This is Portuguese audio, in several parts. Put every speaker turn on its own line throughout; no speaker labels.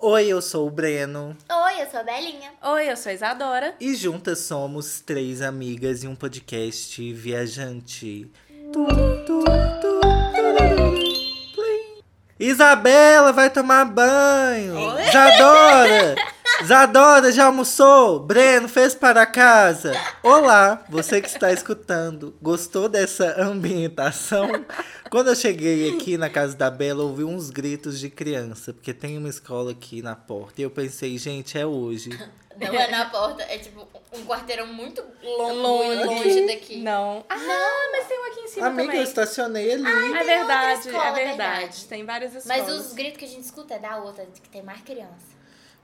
Oi, eu sou o Breno.
Oi, eu sou a Belinha.
Oi, eu sou a Isadora.
E juntas somos três amigas e um podcast viajante. Isabela vai tomar banho. Zadora! Zadora já almoçou? Breno fez para casa. Olá, você que está escutando. Gostou dessa ambientação? Quando eu cheguei aqui na casa da Bela, ouvi uns gritos de criança, porque tem uma escola aqui na porta. E eu pensei, gente, é hoje.
Não é na porta, é tipo um quarteirão muito longo,
Longe.
longe, longe daqui.
Não. Ah, mas tem um aqui em cima
Amiga, eu
também.
estacionei ali.
é verdade,
escola,
é verdade.
verdade.
Tem várias escolas.
Mas os gritos que a gente escuta é da outra, que tem mais criança.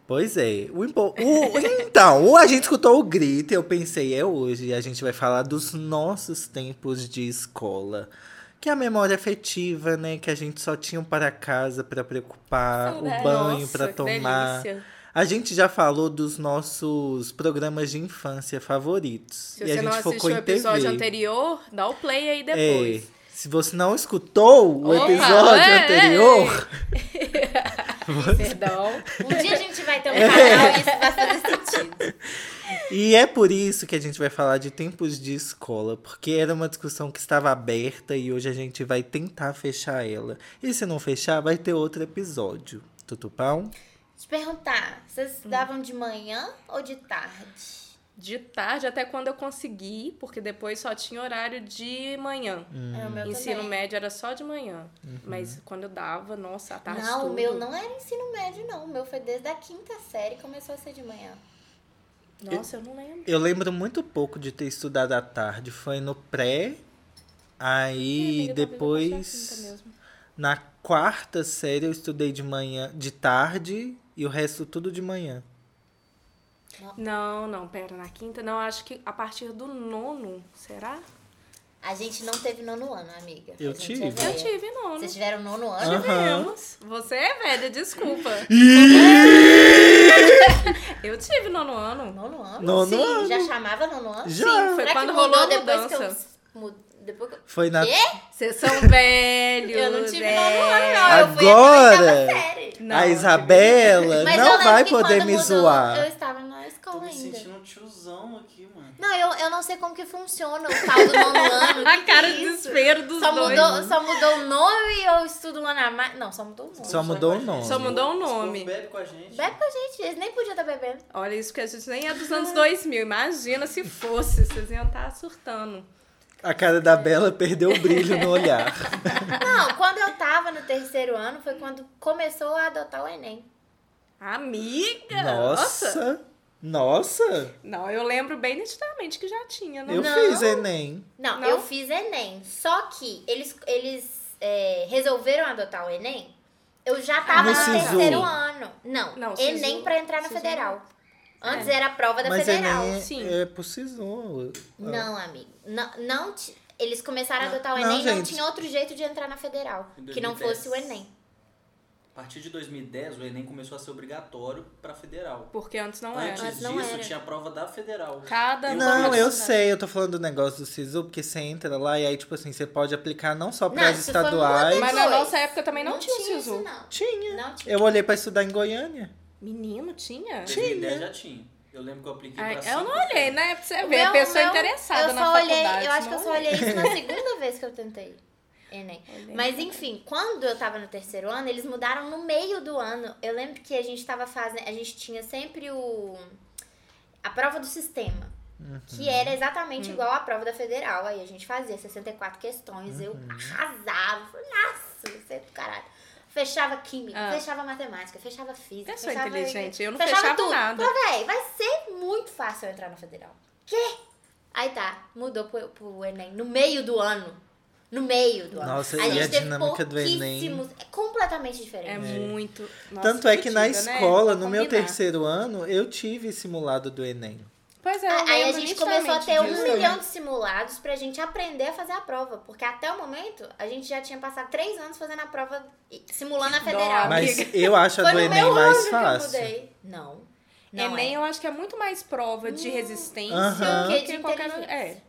Pois é. O, impo- o- então, ou a gente escutou o grito e eu pensei, é hoje. E a gente vai falar dos nossos tempos de escola. Que é a memória afetiva, né? Que a gente só tinha um para casa pra preocupar, o
Saudade.
banho
né? Nossa,
pra
que
tomar.
delícia.
A gente já falou dos nossos programas de infância favoritos.
Se
e a
você
gente
não
focou
assistiu o
em TV.
episódio anterior, dá o play aí
É,
depois.
se você não escutou o
Opa,
episódio
é,
anterior, É.
Perdão.
Um dia a gente vai ter um canal e isso vai fazer sentido.
e é por isso que a gente vai falar de tempos de escola, porque era uma discussão que estava aberta e hoje a gente vai tentar fechar ela. E se não fechar, vai ter outro episódio. Tutupão?
Te perguntar, vocês
Hum.
estudavam de manhã ou de tarde?
De tarde até quando eu consegui, porque depois só tinha horário de manhã.
Era É, o meu
Hum. Ensino
também.
médio era só de manhã.
Uhum.
Mas quando eu dava, nossa, a tarde
Não,
tá tudo.
o meu não era ensino médio, não. O meu foi desde a quinta série, começou a ser de manhã.
Nossa, eu não lembro.
Eu lembro muito pouco de ter estudado à tarde. Foi no pré, aí
Ih, amiga, talvez eu fosse a quinta
depois.
mesmo.
Na quarta série eu estudei de manhã, de tarde e o resto tudo de manhã.
Não, não, pera, na quinta não, acho que a partir do nono, será?
A gente não teve nono ano, amiga.
Eu
A gente
tive.
é velha.
Eu tive nono.
Vocês tiveram nono ano?
Tivemos. Você é velha, desculpa. eu tive nono ano.
Nono ano?
Nono
Sim,
ano.
já chamava nono ano?
Já.
Sim, foi
Será
quando
que mudou
rolou a
depois
mudança.
que eu... mu- Depois que eu...
Foi na.
Vocês são velhos.
Eu não tive
é.
nono ano, não. Eu fui até a
Agora!
oitava série.
Não,
a
eu
Isabela
Mas eu
não
lembro
vai
que
poder
quando
me
mudou,
zoar.
Eu estava na
Tô
escola
me
ainda.
sentindo um tiozão aqui, mano.
Não, eu, eu não sei como que funciona o tal do nono ano.
A cara de
de
desespero dos
é só
dois. né?
mudou, só mudou o nome e eu estudo um ano a mais. Não, só mudou o nome.
Só mudou o nome.
Só mudou o
Esse povo
nome.
Bebe com a gente.
Bebe com a gente, eles nem podiam estar bebendo.
Olha, isso que a gente nem é dos anos 2000. Imagina se fosse, vocês iam estar surtando.
A cara da Bela perdeu o brilho no olhar.
Não, quando eu tava no terceiro ano foi quando começou a adotar o Enem.
Amiga!
Nossa! Nossa!
Não, eu lembro bem nitidamente que já tinha. Não? é?
Eu fiz Enem.
Não,
Não?
eu fiz Enem. Só que eles, eles é, resolveram adotar o Enem. Eu já tava
No
no,
Sisu.
terceiro ano. Não,
Não, Sisu-
Enem pra entrar na
Sisu
federal. Antes
É.
era a prova da
Mas
federal.
Enem é-
sim.
é pro Sisu.
Não, amigo. Não, não ti- eles começaram a adotar o
Não,
Enem, não,
gente.
tinha outro jeito de entrar na federal.
Em
Que não
2010.
fosse o Enem.
A partir de 2010, o Enem começou a ser obrigatório pra federal.
Porque antes não
Antes
era.
Mas não
disso,
era.
tinha a prova da federal.
Cada
Eu
ano
Não,
também
eu
era.
sei, eu tô falando do negócio do Sisu, porque você entra lá e aí, tipo assim, você pode aplicar não só para
Não,
as
isso foi muito
estaduais.
Mas na
Dois.
nossa época também não, tinha o
isso,
Sisu.
não.
Tinha.
Não tinha.
Eu olhei pra estudar em Goiânia.
Menino, tinha?
2010 já tinha. Eu lembro que eu apliquei
Ai,
pra
Ah, eu
cinco
não olhei, né? Pra você
O
ver, a
meu-
pessoa
o meu-
interessada
eu
na
só olhei,
faculdade.
Eu acho que eu
não é.
só olhei isso na segunda vez que eu tentei Enem.
olhei.
Mas enfim, quando eu tava no terceiro ano, eles mudaram no meio do ano. Eu lembro que a gente tava fazendo. A gente tinha sempre o. A prova do sistema. Que era exatamente
Hum.
igual à prova da federal. Aí a gente fazia 64 questões. Eu arrasava. Falei, Nossa, você é do caralho. Fechava química,
Ah.
fechava matemática, fechava física.
Eu sou
fechava-
inteligente, eu não
fechava
fechava
tudo.
nada.
Falei, véi, vai ser muito fácil eu entrar na federal. Quê? Aí tá, mudou pro, pro Enem no meio do ano. No meio do ano.
Nossa,
a
e
gente
a
teve
dinâmica do Enem?
pouquíssimos- É completamente
É,
diferente.
muito. Nossa,
Tanto é que na
fodida, né?
escola,
Pra
no meu
combinar.
terceiro ano, eu tive simulado do Enem.
Pois é, eu
A- Ah, Aí a
lembro
gente começou a ter
nitidamente
um
disso. né?
milhão de simulados pra gente aprender a fazer a prova. Porque até o momento, a gente já tinha passado três anos fazendo a prova, e- simulando a
Que dó,
federal.
Mas eu acho a do Enem mais fácil.
mudei. Não. Não
Enem,
é.
eu acho que é muito mais prova de resistência
Aham.
do
Do
que
que de
de qualquer. É.
inteligência.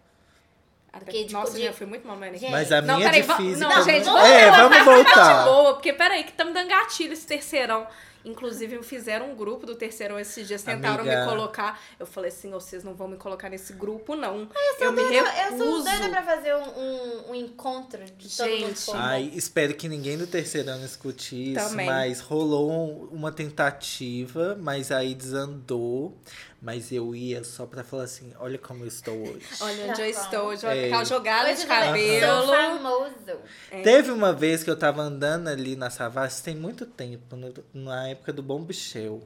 Até-
Que de-
Nossa,
tipo, de-
já fui muito mal, Mary.
Gente,
Mas a
Não,
minha
peraí,
de
va-
física.
não, gente,
é,
voltar
vamos
Tá
voltar.
de boa, porque peraí, que tá me dando gatilho esse terceirão. Inclusive, me fizeram um grupo do terceirão esses dias, tentaram
Amiga.
me colocar. Eu falei assim, "Ô, vocês não vão me colocar nesse grupo, não.
Eu sou,
me
doida, eu sou
recuso.
doida pra fazer um, um, um encontro de todo mundo.
Gente.
como.
Ai, espero que ninguém do terceiro ano escute isso,
Também.
mas rolou um- uma tentativa, mas aí desandou. Mas eu ia só pra falar assim: olha como eu estou hoje.
Olha onde
Tá
eu
bom.
estou, hoje eu vou
Ei.
ficar jogada
Hoje
de
eu falei, Sou
cabelo.
famoso.
É.
Teve uma vez que eu tava andando ali na Savassi, tem muito tempo, no- na época do Bom Bichel.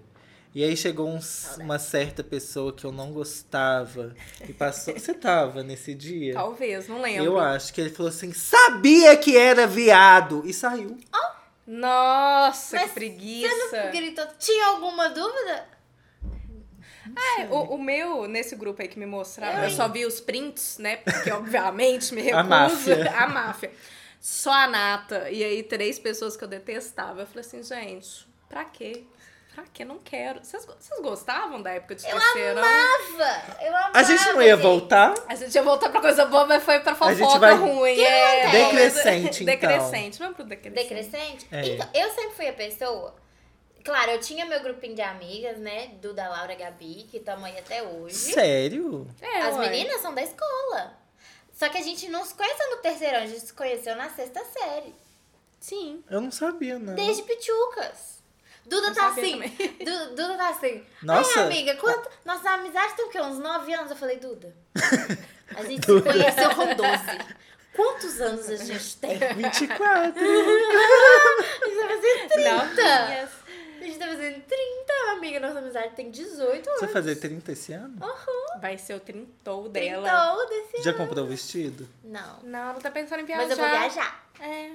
E aí chegou um
Tá,
s-
né?
uma certa pessoa que eu não gostava e passou. Você tava nesse dia?
Talvez, não Tá, lembro.
Eu acho que ele falou assim: sabia que era viado! E saiu.
Nossa,
Mas
que preguiça.
Gritou, tinha alguma dúvida?
É, o, o meu, nesse grupo aí que me mostraram,
Eu,
eu só vi os prints, né? Porque, obviamente, me recuso.
A máfia.
A máfia. Só a Nata. E aí, três pessoas que eu detestava. Eu falei assim, gente, pra quê? Pra quê? Não quero. Vocês go- vocês gostavam da época de terceirão?
Tava. Eu
Ah,
amava. assim,
A gente não ia
gente.
voltar?
A gente ia voltar pra coisa boa, mas foi pra fofoca
gente vai-
ruim. É.
Decrescente, então.
Decrescente. Vamos pro decrescente.
Decrescente?
É.
Então, eu sempre fui a pessoa. Claro, eu tinha meu grupinho de amigas, né? Duda, Laura, Gabi, que estamos aí até hoje.
Sério?
É,
As
uai.
meninas são da escola. Só que a gente não se conheceu no terceirão, a gente se conheceu na sexta série.
Sim.
Eu não sabia, não.
Desde Pichucas. Duda
Eu
tá
sabia
assim.
também.
Du- Duda tá assim.
Nossa.
Ai, amiga, quanto... nossa amizade tem o quê? Uns 9 anos? Eu falei, Duda. A gente se conheceu com 12. Quantos anos a gente tem?
24.
A gente tá fazendo 30.
Novinhas.
A gente tá fazendo 30, amiga. Nossa amizade tem 18
Você vai
anos.
fazer 30 esse ano?
Vai ser o trintou dela.
Então, desse...
Já comprou o vestido?
Não.
Não, ela tá pensando em viajar.
Mas eu vou viajar.
É.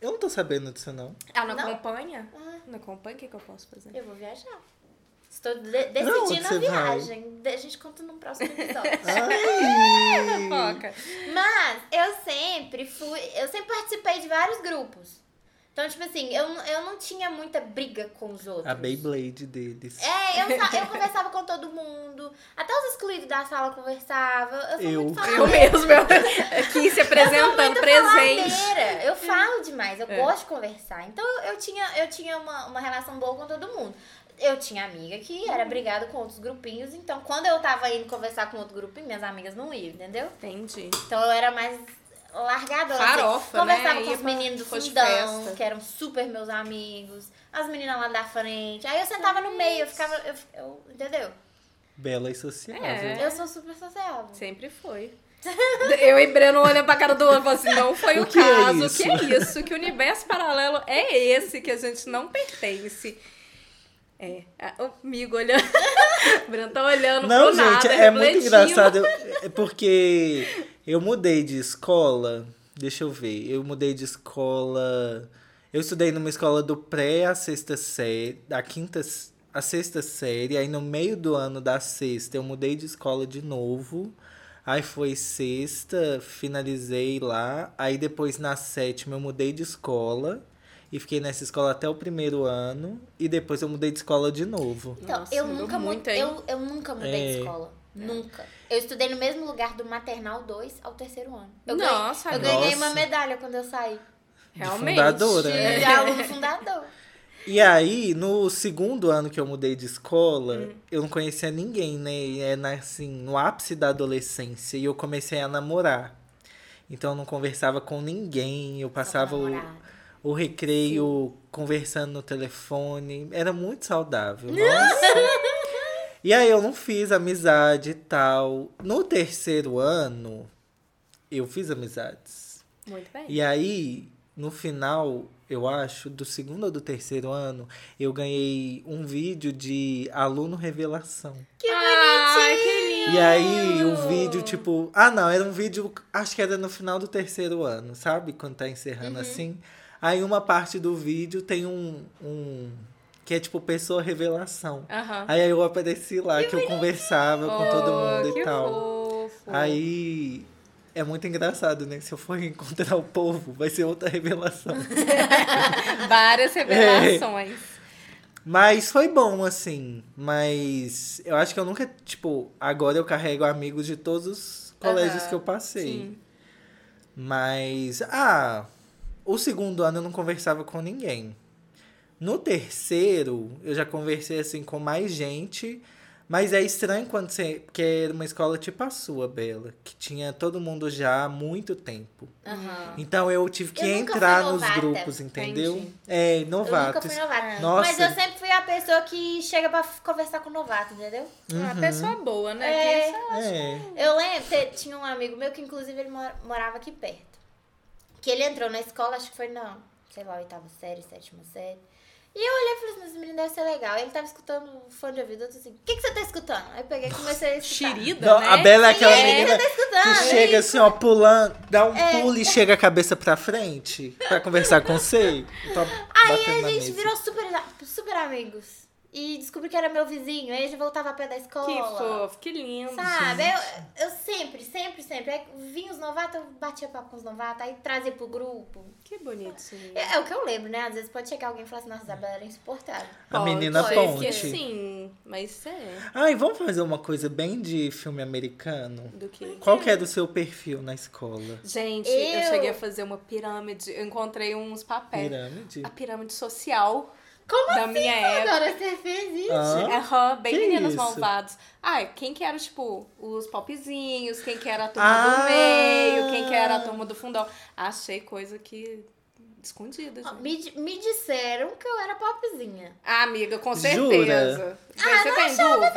Eu não tô sabendo disso, não.
Ela não,
Não.
acompanha?
Ah.
Não acompanha? O que, que eu posso fazer?
Eu vou viajar. Estou de-
onde
decidindo
você
a viagem. A gente conta num próximo episódio.
Ai!
É, Foca.
Mas eu sempre fui. Eu sempre participei de vários grupos. Então, tipo assim, eu, eu não tinha muita briga com os outros.
A Beyblade deles.
É, eu, sa- eu conversava com todo mundo. Até os excluídos da sala conversavam. Eu sou
Eu.
muito
Eu
faladeira.
mesmo, eu aqui se apresentando, presente. Hum.
faladeira. Eu falo demais, eu
É.
gosto de conversar. Então eu, eu tinha, eu tinha uma, uma relação boa com todo mundo. Eu tinha amiga que
Hum.
era brigada com outros grupinhos, então quando eu tava indo conversar com outro grupinho, minhas amigas não iam, entendeu?
Entendi.
Então eu era mais largadona.
Farofa,
assim. Conversava
né?
com
Ia
os
pra-
meninos do
foi de
fundão,
festa.
que eram super meus amigos. As meninas lá da frente. Aí eu sentava no meio, eu ficava. Eu, eu- entendeu?
Bela e sociável.
É.
Eu sou super sociável.
Sempre foi. Eu e Breno olhando pra cara do outro e falando assim, não foi o,
O que é
caso.
isso?
o que é isso? Que universo paralelo é esse que a gente não pertence? É, a- o Migo olhando. O Breno tá olhando
Não,
pro nada,
gente, é muito
refletindo.
engraçado. eu- é porque eu mudei de escola. Deixa eu ver. Eu mudei de escola. Eu estudei numa escola do pré à sexta série. Da quinta s- à sexta série. Aí no meio do ano da sexta eu mudei de escola de novo. Aí foi sexta, finalizei lá. Aí depois na sétima eu mudei de escola. E fiquei nessa escola até o primeiro ano. E depois eu mudei de escola de novo.
Então,
Nossa,
eu
mudou
nunca mu-
muito, hein?
eu, eu nunca mudei de
É.
escola. Nunca. Eu estudei no mesmo lugar do maternal 2 ao terceiro ano. Eu ganhei,
Nossa,
eu ganhei
Nossa.
uma medalha quando eu saí.
realmente.
fundadora, né?
De aluno fundador.
E aí, no segundo ano que eu mudei de escola, eu não conhecia ninguém, né? E é na- assim, no ápice da adolescência. E eu comecei a namorar. Então eu não conversava com ninguém. Eu passava o,
namorado.
o recreio conversando no telefone. Era muito saudável. Nossa! e aí eu não fiz amizade e tal. No terceiro ano, eu fiz amizades.
Muito bem.
E aí, no final, eu acho, do segundo ou do terceiro ano, eu ganhei um vídeo de aluno revelação.
Que Ai, que lindo.
E aí, o vídeo, tipo. Ah, não, era um vídeo, acho que era no final do terceiro ano, sabe? Quando tá encerrando
Uhum.
assim. Aí, uma parte do vídeo tem um. um que é tipo pessoa revelação.
Aham.
Aí eu apareci lá, que, eu conversava com todo mundo
Oh, que
e tal.
Fofo.
Aí é muito engraçado, né? Se eu for encontrar o povo, vai ser outra revelação.
Várias
É.
revelações.
Mas foi bom, assim. Mas eu acho que eu nunca, tipo, agora eu carrego amigos de todos os colégios
Aham,
que eu passei.
Sim.
Mas, ah, o segundo ano eu não conversava com ninguém. No terceiro, eu já conversei assim com mais gente, mas é estranho quando você. Porque era uma escola tipo a sua, Bela, que tinha todo mundo já há muito tempo.
Aham.
Então eu tive que
Eu nunca
entrar
fui
nos
novata.
grupos, entendeu?
Entendi.
É,
Eu nunca
novatos.
fui novato.
Nossa.
Mas eu sempre fui a pessoa que chega pra f- conversar com o novato, entendeu?
Ah,
Uhum.
pessoa boa, né?
É.
Quem sabe?
É.
Eu lembro, te- tinha um amigo meu que, inclusive, ele mor- morava aqui perto. Que ele entrou na escola, acho que foi na, sei lá, oitava série, sétima série. E eu olhei e falei assim, mas esse menino deve ser legal. Ele tava escutando um fone de ouvido, eu tô assim, o que, que você tá escutando? Aí eu peguei e comecei a escutar.
Xerida,
Não,
né?
a Bela é aquela
É,
menina
você tá
que
escutando?
chega assim, ó, pulando, dá um pulo e chega a cabeça pra frente pra conversar com você. Tá
Aí
batendo na
a gente
mesa.
virou super, super amigos. E descobri que era meu vizinho. Aí a gente voltava a pé da escola.
Que fofo, que lindo.
Sabe? Eu, eu sempre, sempre, sempre. Aí vinha os novatos, eu batia papo com os novatos, aí trazia pro grupo.
Que bonito isso aí.
É, é o que eu lembro, né? Às vezes pode chegar alguém e falar assim, nossa, Isabela era insuportável.
A menina
Pode ser
ponte.
que
assim.
Sim, mas é.
Ai, vamos fazer uma coisa bem de filme americano?
Do que...
Qual que é do seu perfil na escola?
Gente, eu...
Eu-
cheguei a fazer uma pirâmide. Eu encontrei uns papéis.
É.
Pirâmide?
A pirâmide social
Como assim,
da minha época.
Agora você fez isso.
Hã?
Aham, É bem
Que
meninos
isso?
malvados. Ah, quem que era, tipo, os popzinhos, quem que era a turma do
Ah!
meio, quem que era a turma do fundão. Achei coisa que. escondida, gente.
Ah. Me, di- me disseram que eu era popzinha.
Ah, amiga, com
Jura?
certeza. Você tem dúvida?
Ah,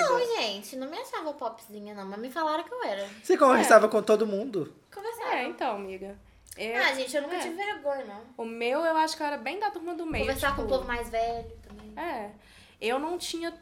Não, gente, não me achava popzinha, não, mas me falaram que eu era.
Você
É.
conversava com todo mundo?
Conversava.
É, então, amiga. É,
Ah, gente, eu nunca
É.
tive vergonha, não.
O meu, eu acho que eu era bem da turma do meio.
Conversar com o
tipo,
povo mais velho também.
É. Eu não tinha,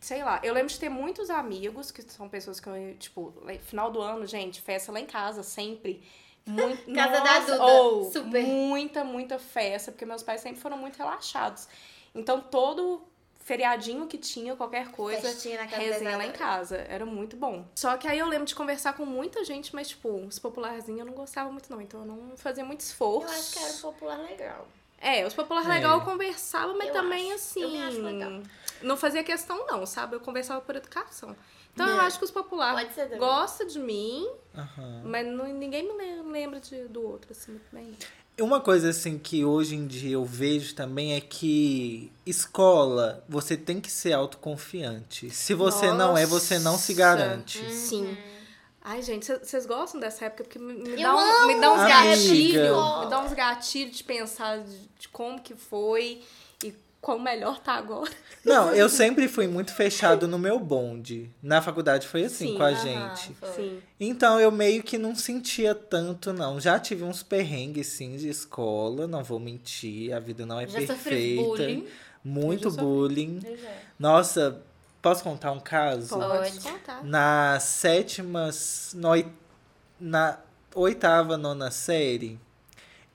sei lá, eu lembro de ter muitos amigos, que são pessoas que eu, tipo, lá- final do ano, gente, festa lá em casa, sempre. Muito,
Casa da Duda,
ou
super.
Muita, muita festa, porque meus pais sempre foram muito relaxados. Então, todo feriadinho que tinha, qualquer coisa,
Festinha na casa
resenha
da
lá em
Duda.
casa. Era muito bom. Só que aí eu lembro de conversar com muita gente, mas, tipo, os popularzinhos eu não gostava muito, não. Então, eu não fazia muito esforço.
Eu acho que era um popular legal.
É, os populares
É.
legal eu conversava, mas
Eu
também
acho.
assim.
Eu me acho legal.
Não fazia questão, não, sabe? Eu conversava por educação. Então eu
É.
acho que os populares
Pode ser também.
gostam de mim,
Aham.
mas não- ninguém me le- lembra de- do outro, assim, muito bem.
Uma coisa assim que hoje em dia eu vejo também é que escola, você tem que ser autoconfiante. Se você não é, você não se
Nossa.
garante.
Uhum.
Sim. Ai, gente, vocês gostam dessa época? Porque me, me
Eu
dá, um, me dá uns
amo essa
gatilhos.
época.
Me dá uns gatilhos de pensar de, de como que foi e quão melhor tá agora.
Não, eu sempre fui muito fechado no meu bonde. Na faculdade foi assim
Sim,
com a
aham.
gente.
Foi.
Sim.
Então eu meio que não sentia tanto, não. Já tive uns perrengues sim de escola, não vou mentir, a vida não é
Já sofri
perfeita.
bullying.
Muito
Eu já sofri.
bullying.
Eu já.
Nossa, posso contar um caso?
Pode
Pode.
contar.
Na sétima. s- Na, oi- na oitava, nona série,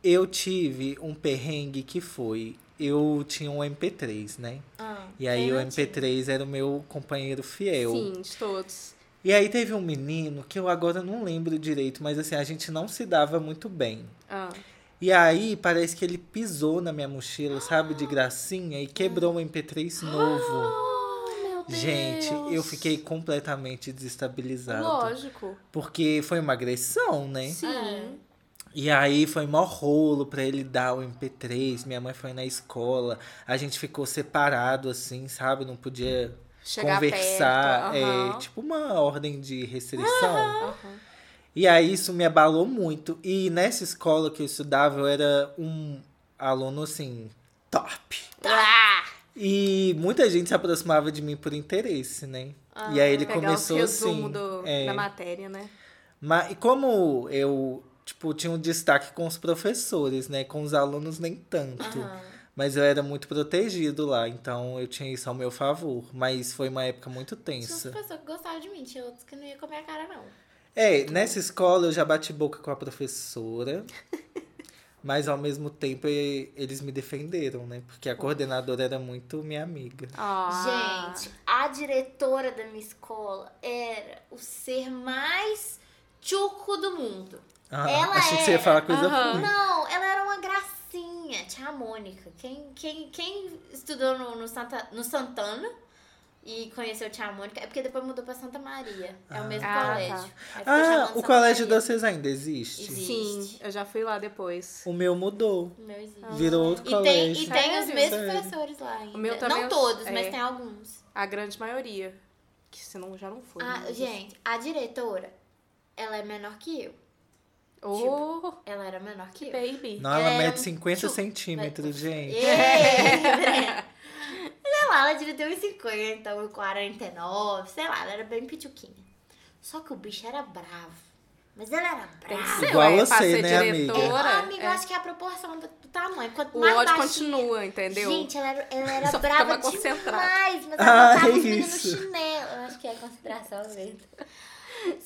eu tive um perrengue que foi. Eu tinha um MP3, né?
Ah,
E aí né?
quem
o
não tinha?
MP3 era o meu companheiro fiel.
Sim, de todos.
E aí teve um menino que eu agora não lembro direito, mas assim, a gente não se dava muito bem.
Ah.
E aí parece que ele pisou na minha mochila, sabe, de gracinha e quebrou um MP3 novo.
Ah,
Oh,
meu
Gente, eu fiquei completamente desestabilizado.
Lógico. É.
Porque foi uma agressão, né?
Sim.
E aí foi mó rolo pra ele dar o MP3. Minha mãe foi na escola. A gente ficou separado, assim, sabe? Não podia
Chegar
conversar.
perto. aham,
É, tipo uma ordem de restrição.
aham.
E aí isso me abalou muito. E nessa escola que eu estudava, eu era um aluno, assim, top.
Ah!
E muita gente se aproximava de mim por interesse, né? e aí ele
Pegar
começou
Ah, o
assim.
resumo do-
é,
da matéria, né?
Mas e como eu, tipo, tinha um destaque com os professores, né? Com os alunos nem tanto.
Aham.
Mas eu era muito protegido lá, então eu tinha isso ao meu favor. Mas foi uma época muito
Tinha umas
tensa.
pessoas que gostavam de mim, tinha outros que não iam comer a cara, não.
É, nessa escola eu já bati boca com a professora. Mas ao mesmo tempo e- eles me defenderam, né? Porque a coordenadora era muito minha amiga.
Ah.
Gente, a diretora da minha escola era o ser mais tchuco do mundo.
Ah,
Ela
achei que você ia
era.
falar coisa
Aham.
ruim.
Não, ela era uma gracinha. Tia Mônica. Quem, quem, quem estudou no, no, Santa, no Santana E conheceu Tia Mônica. É porque depois mudou pra Santa Maria. É o mesmo
Ah, tá.
colégio. Aí ficou
Ah,
chamando
o
Santa
colégio de
Maria.
vocês ainda existe?
Existe.
Sim, eu já fui lá depois.
O meu mudou.
O meu existe.
Ah. Virou outro
E tem,
colégio.
e tem os
Sério?
mesmos
Sério.
professores lá ainda.
O meu também
não
é-
todos, mas
é.
tem alguns.
A grande maioria. Que senão já não foi.
Ah,
né?
gente, a diretora, ela é menor que eu.
Oh,
Ela era menor que,
que
eu.
baby.
Não, ela
Era
mede
um
50
tchu-
centímetros, gente.
Ei, Sei lá, ela devia ter uns um 50, uns 49, sei lá, ela era bem pituquinha. Só que o bicho era bravo. Mas ela era
Tem que
brava.
ser,
Igual
ué,
você,
é, pra ser
né, amiga?
diretora.
Ah, amiga, eu
é.
acho que é a proporção do, do tamanho. Quanto
O
mais
ódio
baixinha-
continua, entendeu?
Gente, ela era, ela era
Só fica
brava
mais concentrada.
demais, mas
Ah,
ela botava os
é
meninos no
isso.
chinelo. Eu acho que é concentração mesmo.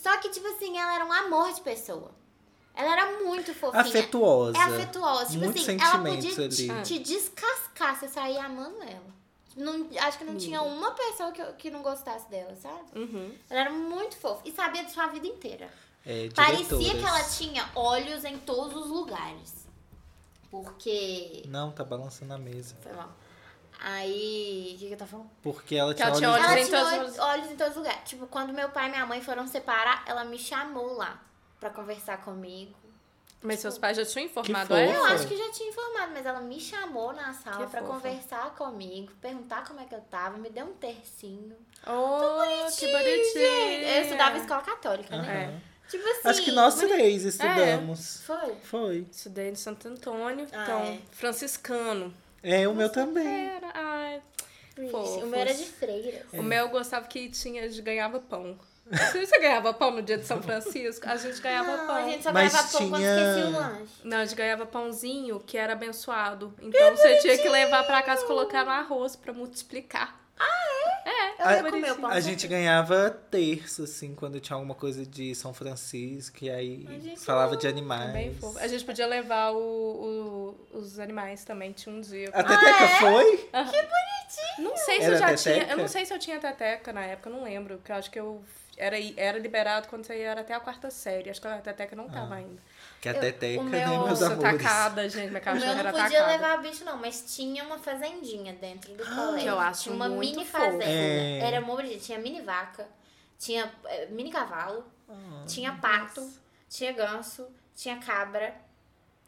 Só que, tipo assim, ela era um amor de pessoa. Ela era muito fofinha.
Afetuosa.
É afetuosa. Tipo
Muitos
assim, ela
sentimentos
podia te,
ali.
te descascar se eu sair amando ela. Não- acho que não tinha uma pessoa que, eu- que não gostasse dela, sabe?
Uhum.
Ela era muito fofa e sabia de sua vida inteira.
É,
Parecia que ela
diretoras.
tinha olhos em todos os lugares. Porque.
Não, tá balançando a mesa.
Foi mal. Aí. O que, que eu tava falando?
Porque ela
Que ela
tinha
tinha
olhos...
Ela
olhos em
tinha
todos
olhos,
os-
olhos em todos os lugares. Tipo, quando meu pai e minha mãe foram separar, ela me chamou lá pra conversar comigo.
Mas seus pais já tinham informado é?
Que
Eu
fofa.
ela?
acho que já tinha informado, mas ela me chamou na sala
Que
pra
fofa.
conversar comigo, perguntar como é que eu tava, me deu um tercinho.
Oh, que bonitinho.
Eu estudava em escola católica, né?
Aham.
É.
Tipo assim.
Acho que nós
bonito.
três estudamos.
Foi.
Foi.
Estudei em Santo Antônio,
Ah,
então,
é.
franciscano.
É, o meu também.
Era, ai.
O
Fofos.
meu era de freira.
É.
O meu eu gostava que tinha, de ganhava pão. Se você ganhava pão no dia de São Francisco, É, a gente ganhava
Não,
pão.
a gente só
Mas
ganhava pão quando
tinha-
esquecia o lanche.
Não, a gente ganhava pãozinho que era abençoado. Então você tinha que levar pra casa e colocar no arroz pra multiplicar.
Eu
A-
ia comer o pão.
A
com
gente
certeza.
ganhava terço, assim, quando tinha alguma coisa de São Francisco, e aí
A gente
falava de
É
animais.
Bem fofo. A gente podia levar o- o- os animais também, tinha um dia.
Ah,
A Teteca
é?
foi?
Não sei se
Ah, Era
eu já
teteca?
tinha. Eu não sei se eu tinha teteca na época, eu não lembro. Porque eu acho que eu era, era liberado quando você era até a quarta série. Acho que a teteca não tava ainda.
Que a Teteca,
o
né,
meu-
Ah. meus
Nossa,
amores.
tacada, gente. Minha
O meu
cachorra era
não
tacada.
podia levar bicho, não, mas tinha uma fazendinha dentro do colégio.
eu acho
tinha uma
muito
mini
fofo.
fazenda.
Ah, É.
Era uma obra- tinha mini vaca, tinha eh, mini cavalo,
Ah.
tinha pato, tinha ganso, tinha cabra.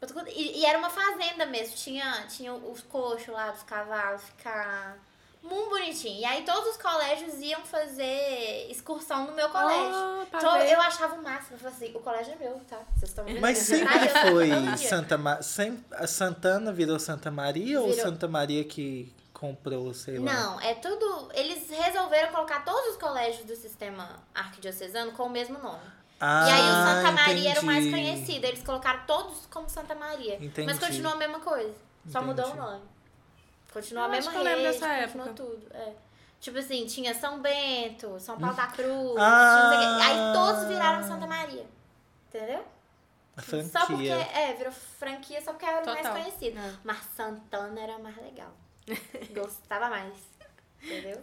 Eu tô cont- E, e era uma fazenda mesmo, tinha, tinha os coxos lá dos cavalos, ficar muito bonitinho. E aí todos os colégios iam fazer excursão no meu colégio.
Ah, pra
então
ver.
eu achava o máximo, eu falei assim, o colégio é meu, tá? Vocês estão me
Mas
representando.
sempre
Aí eu-
foi né?
todo dia.
Santa Ma... sem- a Santana virou Santa Maria ou
Virou.
Santa Maria que comprou, sei lá?
Não, é tudo. Eles resolveram colocar todos os colégios do sistema arquidiocesano com o mesmo nome.
Ah,
e aí o Santa Maria era o mais
entendi.
conhecido. Eles colocaram todos como Santa Maria.
Entendi.
Mas continua a mesma coisa. Só
Entendi.
mudou o nome. Continua a
Eu acho
mesma
que eu lembro
rede,
dessa
continua
época.
tudo. é. Tipo assim, tinha São Bento, São Paulo da Cruz,
Ah.
tinha não sei o quê. aí todos viraram Santa Maria. Entendeu?
A
Só porque,
franquia.
é, virou franquia só porque era o mais
Total.
conhecido. Mas Santana era mais legal. Gostava mais. Entendeu?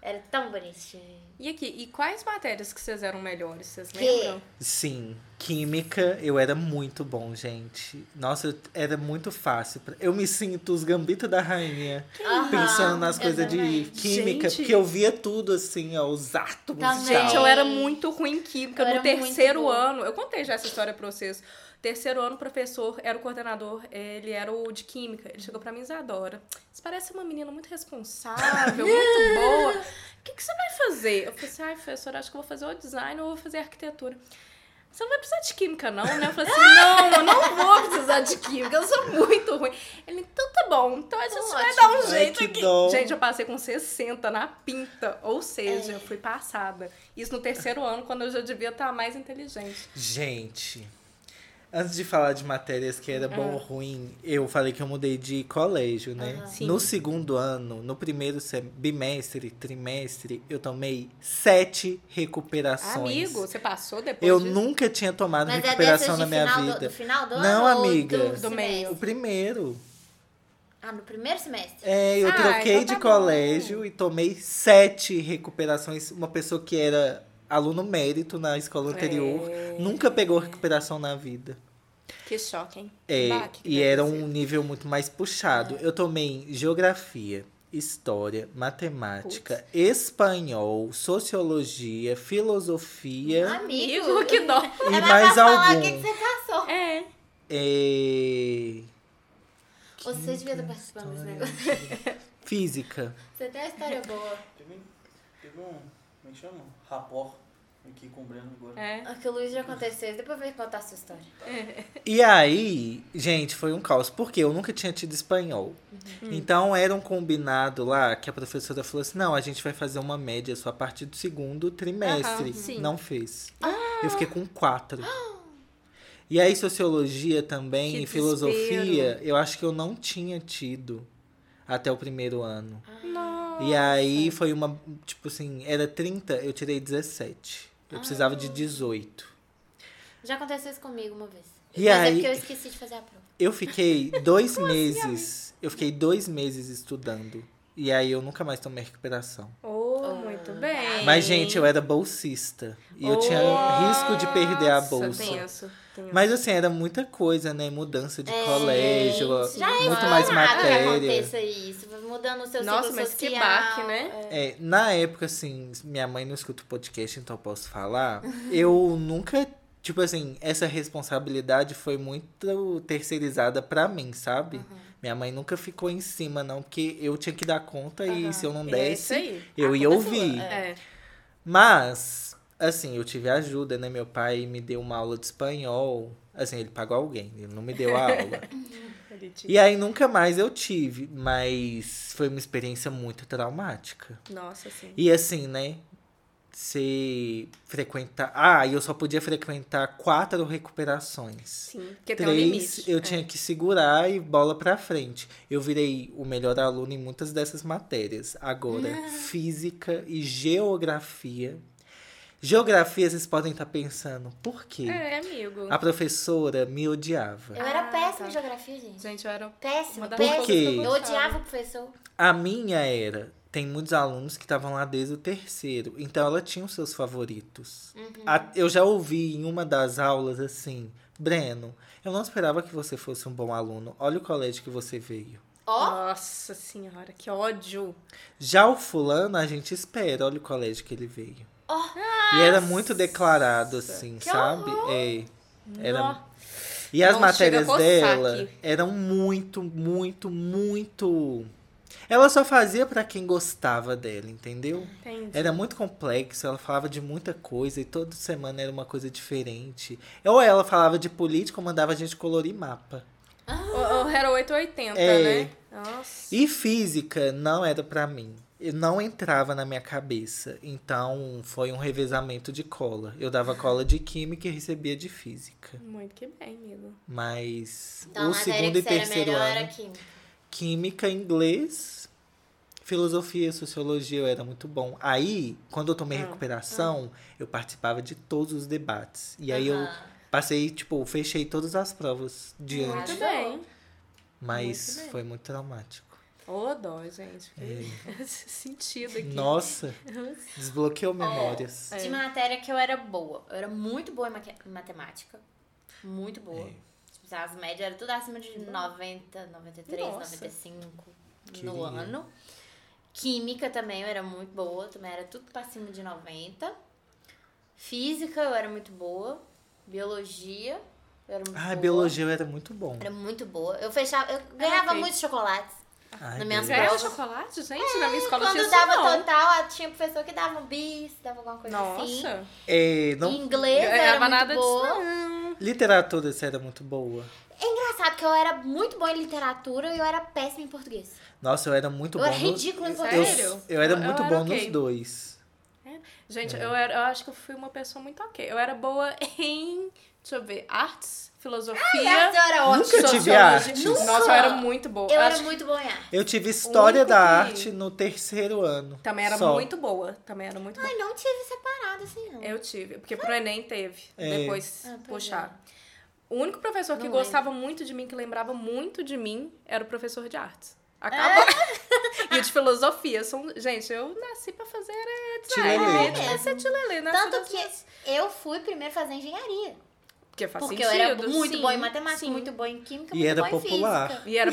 Era tão bonitinho.
E aqui, e quais matérias que vocês eram melhores? Vocês
Que?
lembram?
Sim, química, eu era muito bom, gente. Nossa, eu- era muito fácil. pra- Eu me sinto os gambitos da rainha.
Aham,
pensando nas
é
coisas de
Ah, exatamente.
química,
Gente.
porque eu via tudo assim, ó, os átomos e
Também.
tal.
Gente, eu era muito ruim em química.
Eu
no
era muito
terceiro
boa.
ano, eu contei já essa história pra vocês. Terceiro ano, o professor era o coordenador, ele era o de química. Ele chegou pra mim, Isadora, você parece uma menina muito responsável, muito boa. O que, que você vai fazer? Eu falei assim, ai, professor, acho que eu vou fazer o design ou vou fazer arquitetura. Você não vai precisar de química, não, né? Eu falei assim, não, eu não vou precisar de química, eu sou muito ruim. Ele, então tá bom, então a gente vai
Ótimo.
dar um
Ai,
jeito
que
aqui.
dó.
Gente, eu passei com 60 na pinta, ou seja, eu fui passada. Isso no terceiro ano, quando eu já devia estar mais inteligente.
Gente, antes de falar de matérias que era
Ah.
bom ou ruim, eu falei que eu mudei de colégio, né?
Sim.
No segundo ano, no primeiro sem- bimestre, trimestre, eu tomei sete recuperações.
Amigo, você passou depois
eu
disso?
nunca tinha tomado
Mas é
recuperação
dessas
na
de
minha
final do,
vida.
do final do
Não,
ano? ou
amiga.
Do,
Do meio.
O
semestre?
primeiro.
Ah, no primeiro semestre?
É, eu
Ah,
troquei
então tá
de
bom.
colégio e tomei sete recuperações. Uma pessoa que era aluno mérito na escola anterior
É.
nunca pegou recuperação na vida.
Que choque, hein?
É,
Baque que
e
deve
era
ser.
um nível muito mais puxado. Eu tomei geografia, história, matemática, espanhol, sociologia, filosofia
Amigo,
que dó.
ela
e É. mais
Ah, vai falar o
algum.
que, que você passou.
É.
É, então,
Você devia estar participando desse negócio.
Física.
Você tem uma história boa.
né?
Teve, teve um. Como é que chama? Rapor aqui com o Breno agora.
É.
O que o Luiz já aconteceu isso. Depois vai contar a sua história.
E aí, gente, foi um caos, porque eu nunca tinha tido espanhol.
Uhum.
Então era um combinado lá que a professora falou assim: não, a gente vai fazer uma média só a partir do segundo trimestre.
Aham, sim. Ah!
Não fez. Eu fiquei com quatro. E aí, sociologia também,
Que
e filosofia,
desespero.
eu acho que eu não tinha tido até o primeiro ano.
Nossa.
E aí foi uma. Tipo assim, era 30, eu tirei 17. Eu precisava de 18.
Já aconteceu isso comigo uma vez.
E
Mas é
aí-
porque eu esqueci de fazer a prova.
Eu fiquei dois
assim,
meses. Eu fiquei dois meses estudando. E aí eu nunca mais tomei recuperação.
Oh, muito bem.
Mas, gente, eu era bolsista. E eu tinha risco de perder a
Nossa,
bolsa.
Tenso, tenso.
Mas assim, era muita coisa, né? Mudança de colégio,
É, Gente, já é
muito mais
esperado que
matéria.
aconteça isso. Mudando o seu
Nossa,
ciclo
mas
social.
que baque, né?
É, na época, assim, minha mãe não escuta o podcast, então eu posso falar. Eu nunca, tipo assim, essa responsabilidade foi muito terceirizada pra mim, sabe? Minha mãe nunca ficou em cima, não, porque eu tinha que dar conta e se eu não
É isso
desse,
aí.
eu
A
ia
culpa é
ouvir.
sua,
É.
Mas, assim, eu tive ajuda, né? Meu pai me deu uma aula de espanhol. Assim, ele pagou alguém, ele não me deu a aula.
Ele te-
e aí nunca mais eu tive, mas foi uma experiência muito traumática.
Nossa, sim.
E assim, né? Se frequentar. Ah, e eu só podia frequentar quatro recuperações.
Sim, porque tem um
Três,
limite.
eu
É.
tinha que segurar e bola pra frente. Eu virei o melhor aluno em muitas dessas matérias. Agora,
Ah.
física e geografia. Geografia, vocês podem estar pensando, por quê?
É, amigo.
A professora me odiava.
Eu era
Ah,
péssima
tá.
em geografia, gente.
Gente, eu era. um
Péssima,
Uma das
péssima.
poucas que eu
Eu
gostava.
odiava o professor.
A minha era. Tem muitos alunos que estavam lá desde o terceiro. Então ela tinha os seus favoritos.
Uhum.
A- eu já ouvi em uma das aulas assim: Breno, eu não esperava que você fosse um bom aluno. Olha o colégio que você veio.
Ó,
Nossa senhora, que ódio.
Já o fulano, a gente espera. Olha o colégio que ele veio. E era muito declarado assim,
Que
sabe? É. Era
Nó.
E as
Nossa,
matérias
chega a coçar
dela
aqui.
eram muito, muito, muito. Ela só fazia pra quem gostava dela, entendeu?
Entendi.
Era muito complexo, ela falava de muita coisa e toda semana era uma coisa diferente. Ou ela falava de política ou mandava a gente colorir mapa.
O, o era 880,
É.
né? Nossa.
E física não era pra mim. Eu não entrava na minha cabeça. Então foi um revezamento de cola. Eu dava cola de química e recebia de física.
Muito que bem, amigo.
Mas
então a
o
matéria
segundo
que
e
você era
terceiro
melhor
ano.
era química.
química, inglês, filosofia, sociologia, eu era muito bom. Aí, quando eu tomei
Ah.
recuperação, eu participava de todos os debates. E aí eu
ah. Aham.
passei, tipo, fechei todas as provas de
Muito
antes.
Muito
Arrasou.
bem.
Mas
bem.
foi muito traumático.
Ô, dó, gente. Fiquei sentido aqui.
É. Nossa, desbloqueou memórias.
De matéria que eu era boa. Eu era muito boa em maque- em matemática. Muito boa.
É.
Tipo, as médias eram tudo acima de 90, 93,
Nossa.
95 no
Queria.
ano. Química também eu era muito boa, também era tudo pra cima de 90. Física eu era muito boa. Biologia eu era muito
Ah,
boa.
biologia eu era muito bom.
Era muito boa. Eu fechava, eu ganhava
ok.
muitos chocolates.
Ai,
na minha
Deus.
Você era
Nossa.
chocolate, gente? Na minha escola tinha
Quando
isso,
dava
não.
total, ah, tinha professor que dava um bis, dava alguma coisa assim.
Nossa.
É, não-
Inglês eu era
Ganhava
muito
nada disso,
boa.
literatura você era muito boa.
Engraçado que eu era muito boa em literatura e eu era péssima em português.
Nossa, eu era muito
eu
bom.
era
no-
ridícula em
eu,
português.
Sério?
eu era
Eu- eu
muito
era
bom
ok.
nos dois.
Gente,
É.
eu, era, eu acho que eu fui uma pessoa muito ok. Eu era boa em, deixa eu ver, artes, filosofia,
Nossa, eu era ótima.
Nunca tive artes.
Nossa, eu era muito boa.
Eu
acho
era muito boa em arte.
Eu tive história da
único que-
arte no terceiro ano.
que também era
só.
muito boa. Também era muito boa.
Ai, não tive separado assim, não.
Eu tive, porque pro Enem teve,
É.
depois
Ah, pois
puxar. O único professor que
Não
gostava muito de mim, que lembrava muito de mim, era o professor de artes.
É?
Acabou. e de filosofia. São... Gente, eu nasci pra fazer é, design.
Tirelê,
né?
né?
Nasci de lelê, nasci
Tanto
das
que
minhas-
eu fui primeiro fazer engenharia.
Porque Que faz
Porque
sentido.
eu era muito
sim,
boa em matemática,
sim.
muito boa em química,
E
muito
era
boa em
popular.
física.
E era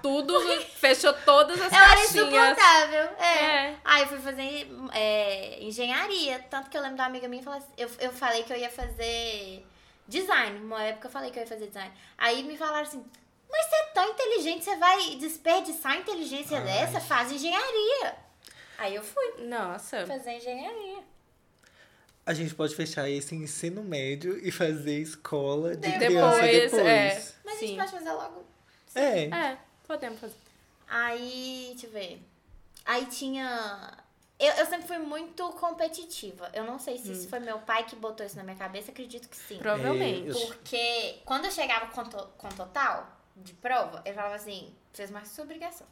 Tudo fechou todas as
Eu era
caixinhas.
insuportável, é.
É.
Aí eu fui fazer é, engenharia, tanto que eu lembro da amiga minha, falar assim- eu, eu falei que eu ia fazer design, uma época eu falei que eu ia fazer design. Aí me falaram assim, mas você é tão inteligente, você vai desperdiçar a inteligência
Ai.
dessa, faz engenharia. Aí eu fui
Nossa.
fazer engenharia.
A gente pode fechar esse ensino médio e fazer escola de
Depois,
criança depois.
é.
Mas a
Sim.
gente pode fazer logo.
É.
É, podemos fazer.
Aí, deixa eu ver. Aí tinha. Eu, eu sempre fui muito competitiva. Eu não sei se isso foi meu pai que botou isso na minha cabeça, acredito que sim.
Provavelmente.
É, Eu-
Porque quando eu chegava com, to- com total de prova, eu falava assim, fez mais sua obrigação.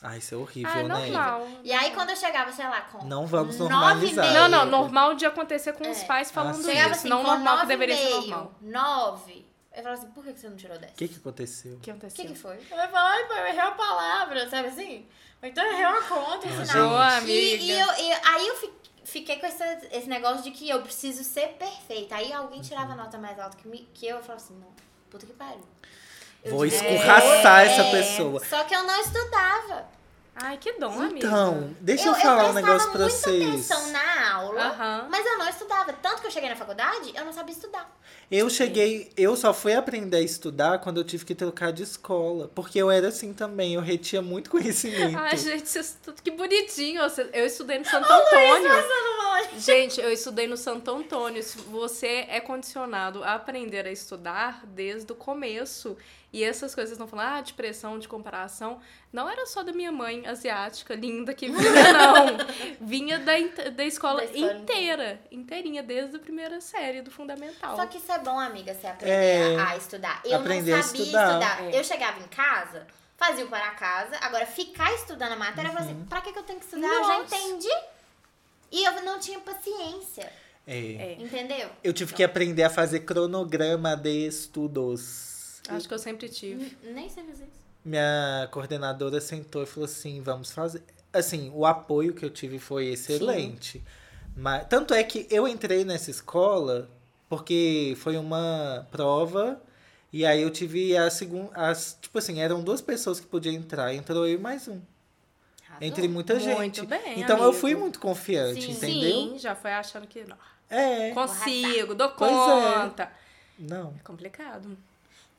Ah, isso é horrível,
Ah, é
né?
normal.
E aí quando eu chegava, sei lá, com.
Não vamos
nove e
normalizar.
meio-
Não, não, normal de acontecer com os
É.
pais falando
Tá. Ah, sim.
Chegava
isso.
assim,
não
com
normal
nove
que
e
deveria ser
meio,
normal.
Nove. Eu falava assim, por que que você não tirou dez?
O que, que aconteceu?
O que
O que,
aconteceu?
que foi? Eu ia falar, ai, pai, eu errei uma palavra, sabe assim? Ou então eu errei uma conta, um
Ah,
sinal.
gente.
Boa, amiga.
E, e eu, e aí eu fi- fiquei com essa- esse negócio de que eu preciso ser perfeita. Aí alguém tirava
Uhum.
nota mais alta que, mi- que eu, eu falava assim, não, puta que pariu. Eu
Vou
devia-
escorraçar
É,
essa pessoa.
Só que eu não estudava.
Ai, que dom, amiga.
Então, deixa eu, falar um negócio pra
Eu
vocês.
prestava muita atenção na aula,
Aham.
mas eu não estudava. Tanto que eu cheguei na faculdade, eu não sabia estudar.
Eu cheguei, eu só fui aprender a estudar quando eu tive que trocar de escola. Porque eu era assim também, eu retinha muito conhecimento.
Ai, gente, isso tudo que bonitinho. Eu- Eu estudei no Santo Antônio. Gente, eu estudei no Santo Antônio. Se Você é condicionado a aprender a estudar desde o começo. E essas coisas não falam, ah, de pressão, de comparação. Não era só da minha mãe asiática, linda, que vinha, não. Vinha da, inte- da escola
Da escola
inteira. Inteirinha, desde a primeira série do Fundamental.
Só que isso é bom, amiga, você aprender
É.
a, a estudar. Eu
Aprender a
não sabia
estudar.
estudar.
É.
Eu chegava em casa, fazia o para casa, agora ficar estudando a matéria, eu falava
Uhum.
assim, pra que, que eu tenho que estudar? Eu já
Nossa.
entendi. E eu não tinha paciência,
É.
É.
entendeu?
Eu tive que aprender a fazer cronograma de estudos.
Acho que eu sempre tive.
N- Nem sei fazer isso.
Minha coordenadora sentou e falou assim: vamos fazer. Assim, o apoio que eu tive foi excelente. Mas, tanto é que eu entrei nessa escola porque foi uma prova. E aí eu tive a segunda. As, tipo assim, eram duas pessoas que podiam entrar. Entrou eu e mais um. Entre muita gente.
Muito bem,
então eu
amigo.
fui muito confiante,
Sim.
entendeu?
Sim, já foi achando que não.
É.
Consigo, dou
Pois é.
conta.
Não.
É complicado.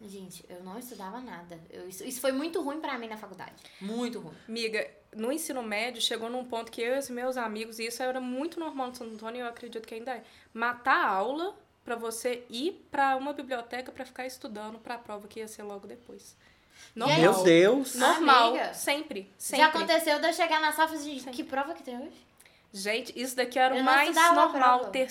Gente, eu não estudava nada. Eu- isso, isso foi muito ruim pra mim na faculdade. Muito ruim.
Miga, no ensino médio chegou num ponto que eu e os meus amigos, e isso era muito normal no Santo Antônio, eu acredito que ainda é, matar a aula pra você ir pra uma biblioteca pra ficar estudando pra prova que ia ser logo depois.
E aí?
Meu Deus.
Normal,
Amiga,
sempre, sempre.
Já aconteceu de eu chegar na sala e falar, gente, que prova que tem hoje?
Gente, isso daqui era
Eu
o
não
mais
estudava
normal.
prova.
Ter,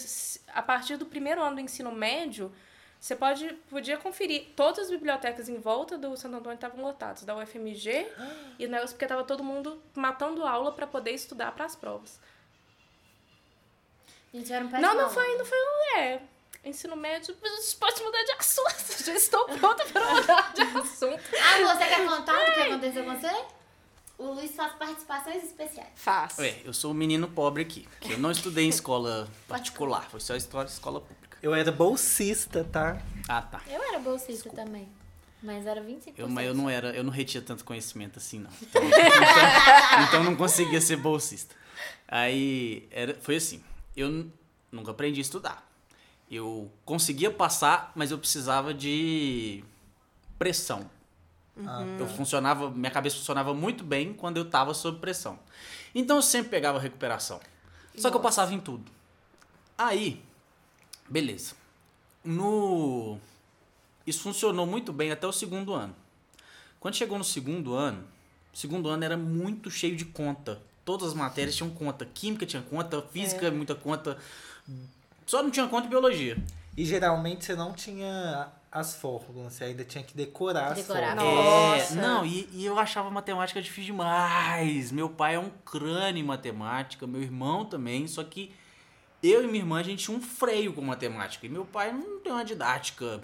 a partir do primeiro ano do ensino médio, você pode, podia conferir. Todas as bibliotecas em volta do Santo Antônio estavam lotadas, da UFMG e o negócio, porque tava todo mundo matando aula pra poder estudar pras provas.
Gente, eu era um
não, não foi, não foi um. É. Ensino médio, a gente pode mudar de assunto. Já estou pronta para mudar de assunto.
Ah, você quer contar do que aconteceu com você? O Luiz faz participações especiais.
Faz.
É, eu sou um menino pobre aqui. que eu não estudei em escola particular, foi só escola, escola pública.
Eu era bolsista, tá?
Ah, tá.
Eu era bolsista também. Mas era 25%.
Eu, mas eu não era, eu não retinha tanto conhecimento assim, não. Então, então- então não conseguia ser bolsista. Aí era, foi assim, eu n- nunca aprendi a estudar. Eu conseguia passar, mas eu precisava de pressão.
Ah,
Eu funcionava, minha cabeça funcionava muito bem quando eu tava sob pressão. Então eu sempre pegava recuperação. Só que eu passava em tudo. Aí, beleza. No isso funcionou muito bem até o segundo ano. Quando chegou no segundo ano, o segundo ano era muito cheio de conta. Todas as matérias tinham conta. Química tinha conta, física muita conta. Só não tinha conta em biologia.
E geralmente você não tinha as fórmulas, você ainda tinha que decorar,
Decorar.
as
Nossa.
fórmulas.
É, não, e, e eu achava matemática difícil demais. Meu pai é um crânio em matemática, meu irmão também, só que eu e minha irmã, a gente tinha um freio com matemática. E meu pai não tem uma didática.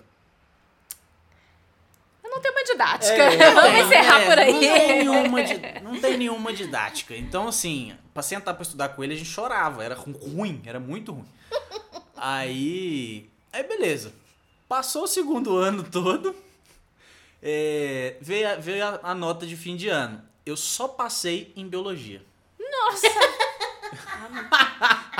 Eu não tenho uma didática.
É,
Não
Vamos
tem,
encerrar
é,
por
Não
aí.
tem, nenhuma, di- não tem nenhuma didática. Então, assim, pra sentar pra estudar com ele, a gente chorava. Era ru- ruim, era muito ruim. Aí. Aí, beleza. Passou o segundo ano todo, é, veio, a, veio a- a nota de fim de ano. Eu só passei em biologia.
Nossa!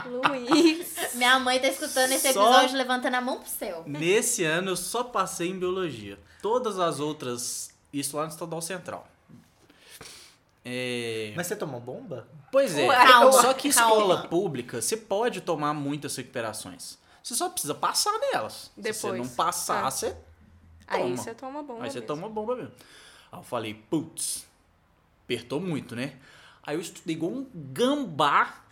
Luiz.
Minha mãe tá escutando esse
Só-
episódio levantando a mão pro céu.
Nesse ano eu só passei em biologia. Todas as outras, isso lá no Estadual Central. É,
Mas você tomou bomba?
Pois é,
Ué, calma,
só que escola
calma.
pública, você pode tomar muitas recuperações. Você só precisa passar nelas. Se você
Depois.
não passar,
Ah.
você
Aí
Toma.
você toma bom.
Aí você toma bomba mesmo. Aí eu falei, putz, apertou muito, né? Aí eu estudei igual um gambá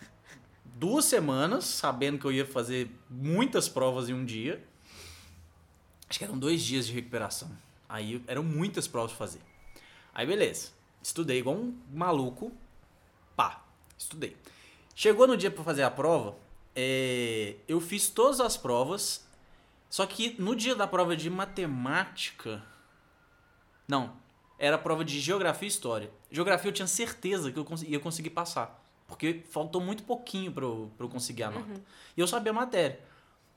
duas semanas, sabendo que eu ia fazer muitas provas em um dia. Acho que eram dois dias de recuperação. Aí eram muitas provas pra fazer. Aí beleza, estudei igual um maluco, pá, estudei. Chegou no dia pra fazer a prova, é, eu fiz todas as provas, só que no dia da prova de matemática, não. Era a prova de geografia e história. Geografia eu tinha certeza que eu cons- ia conseguir passar. Porque faltou muito pouquinho pra eu, pra eu conseguir a
Uhum.
nota. E eu sabia a matéria.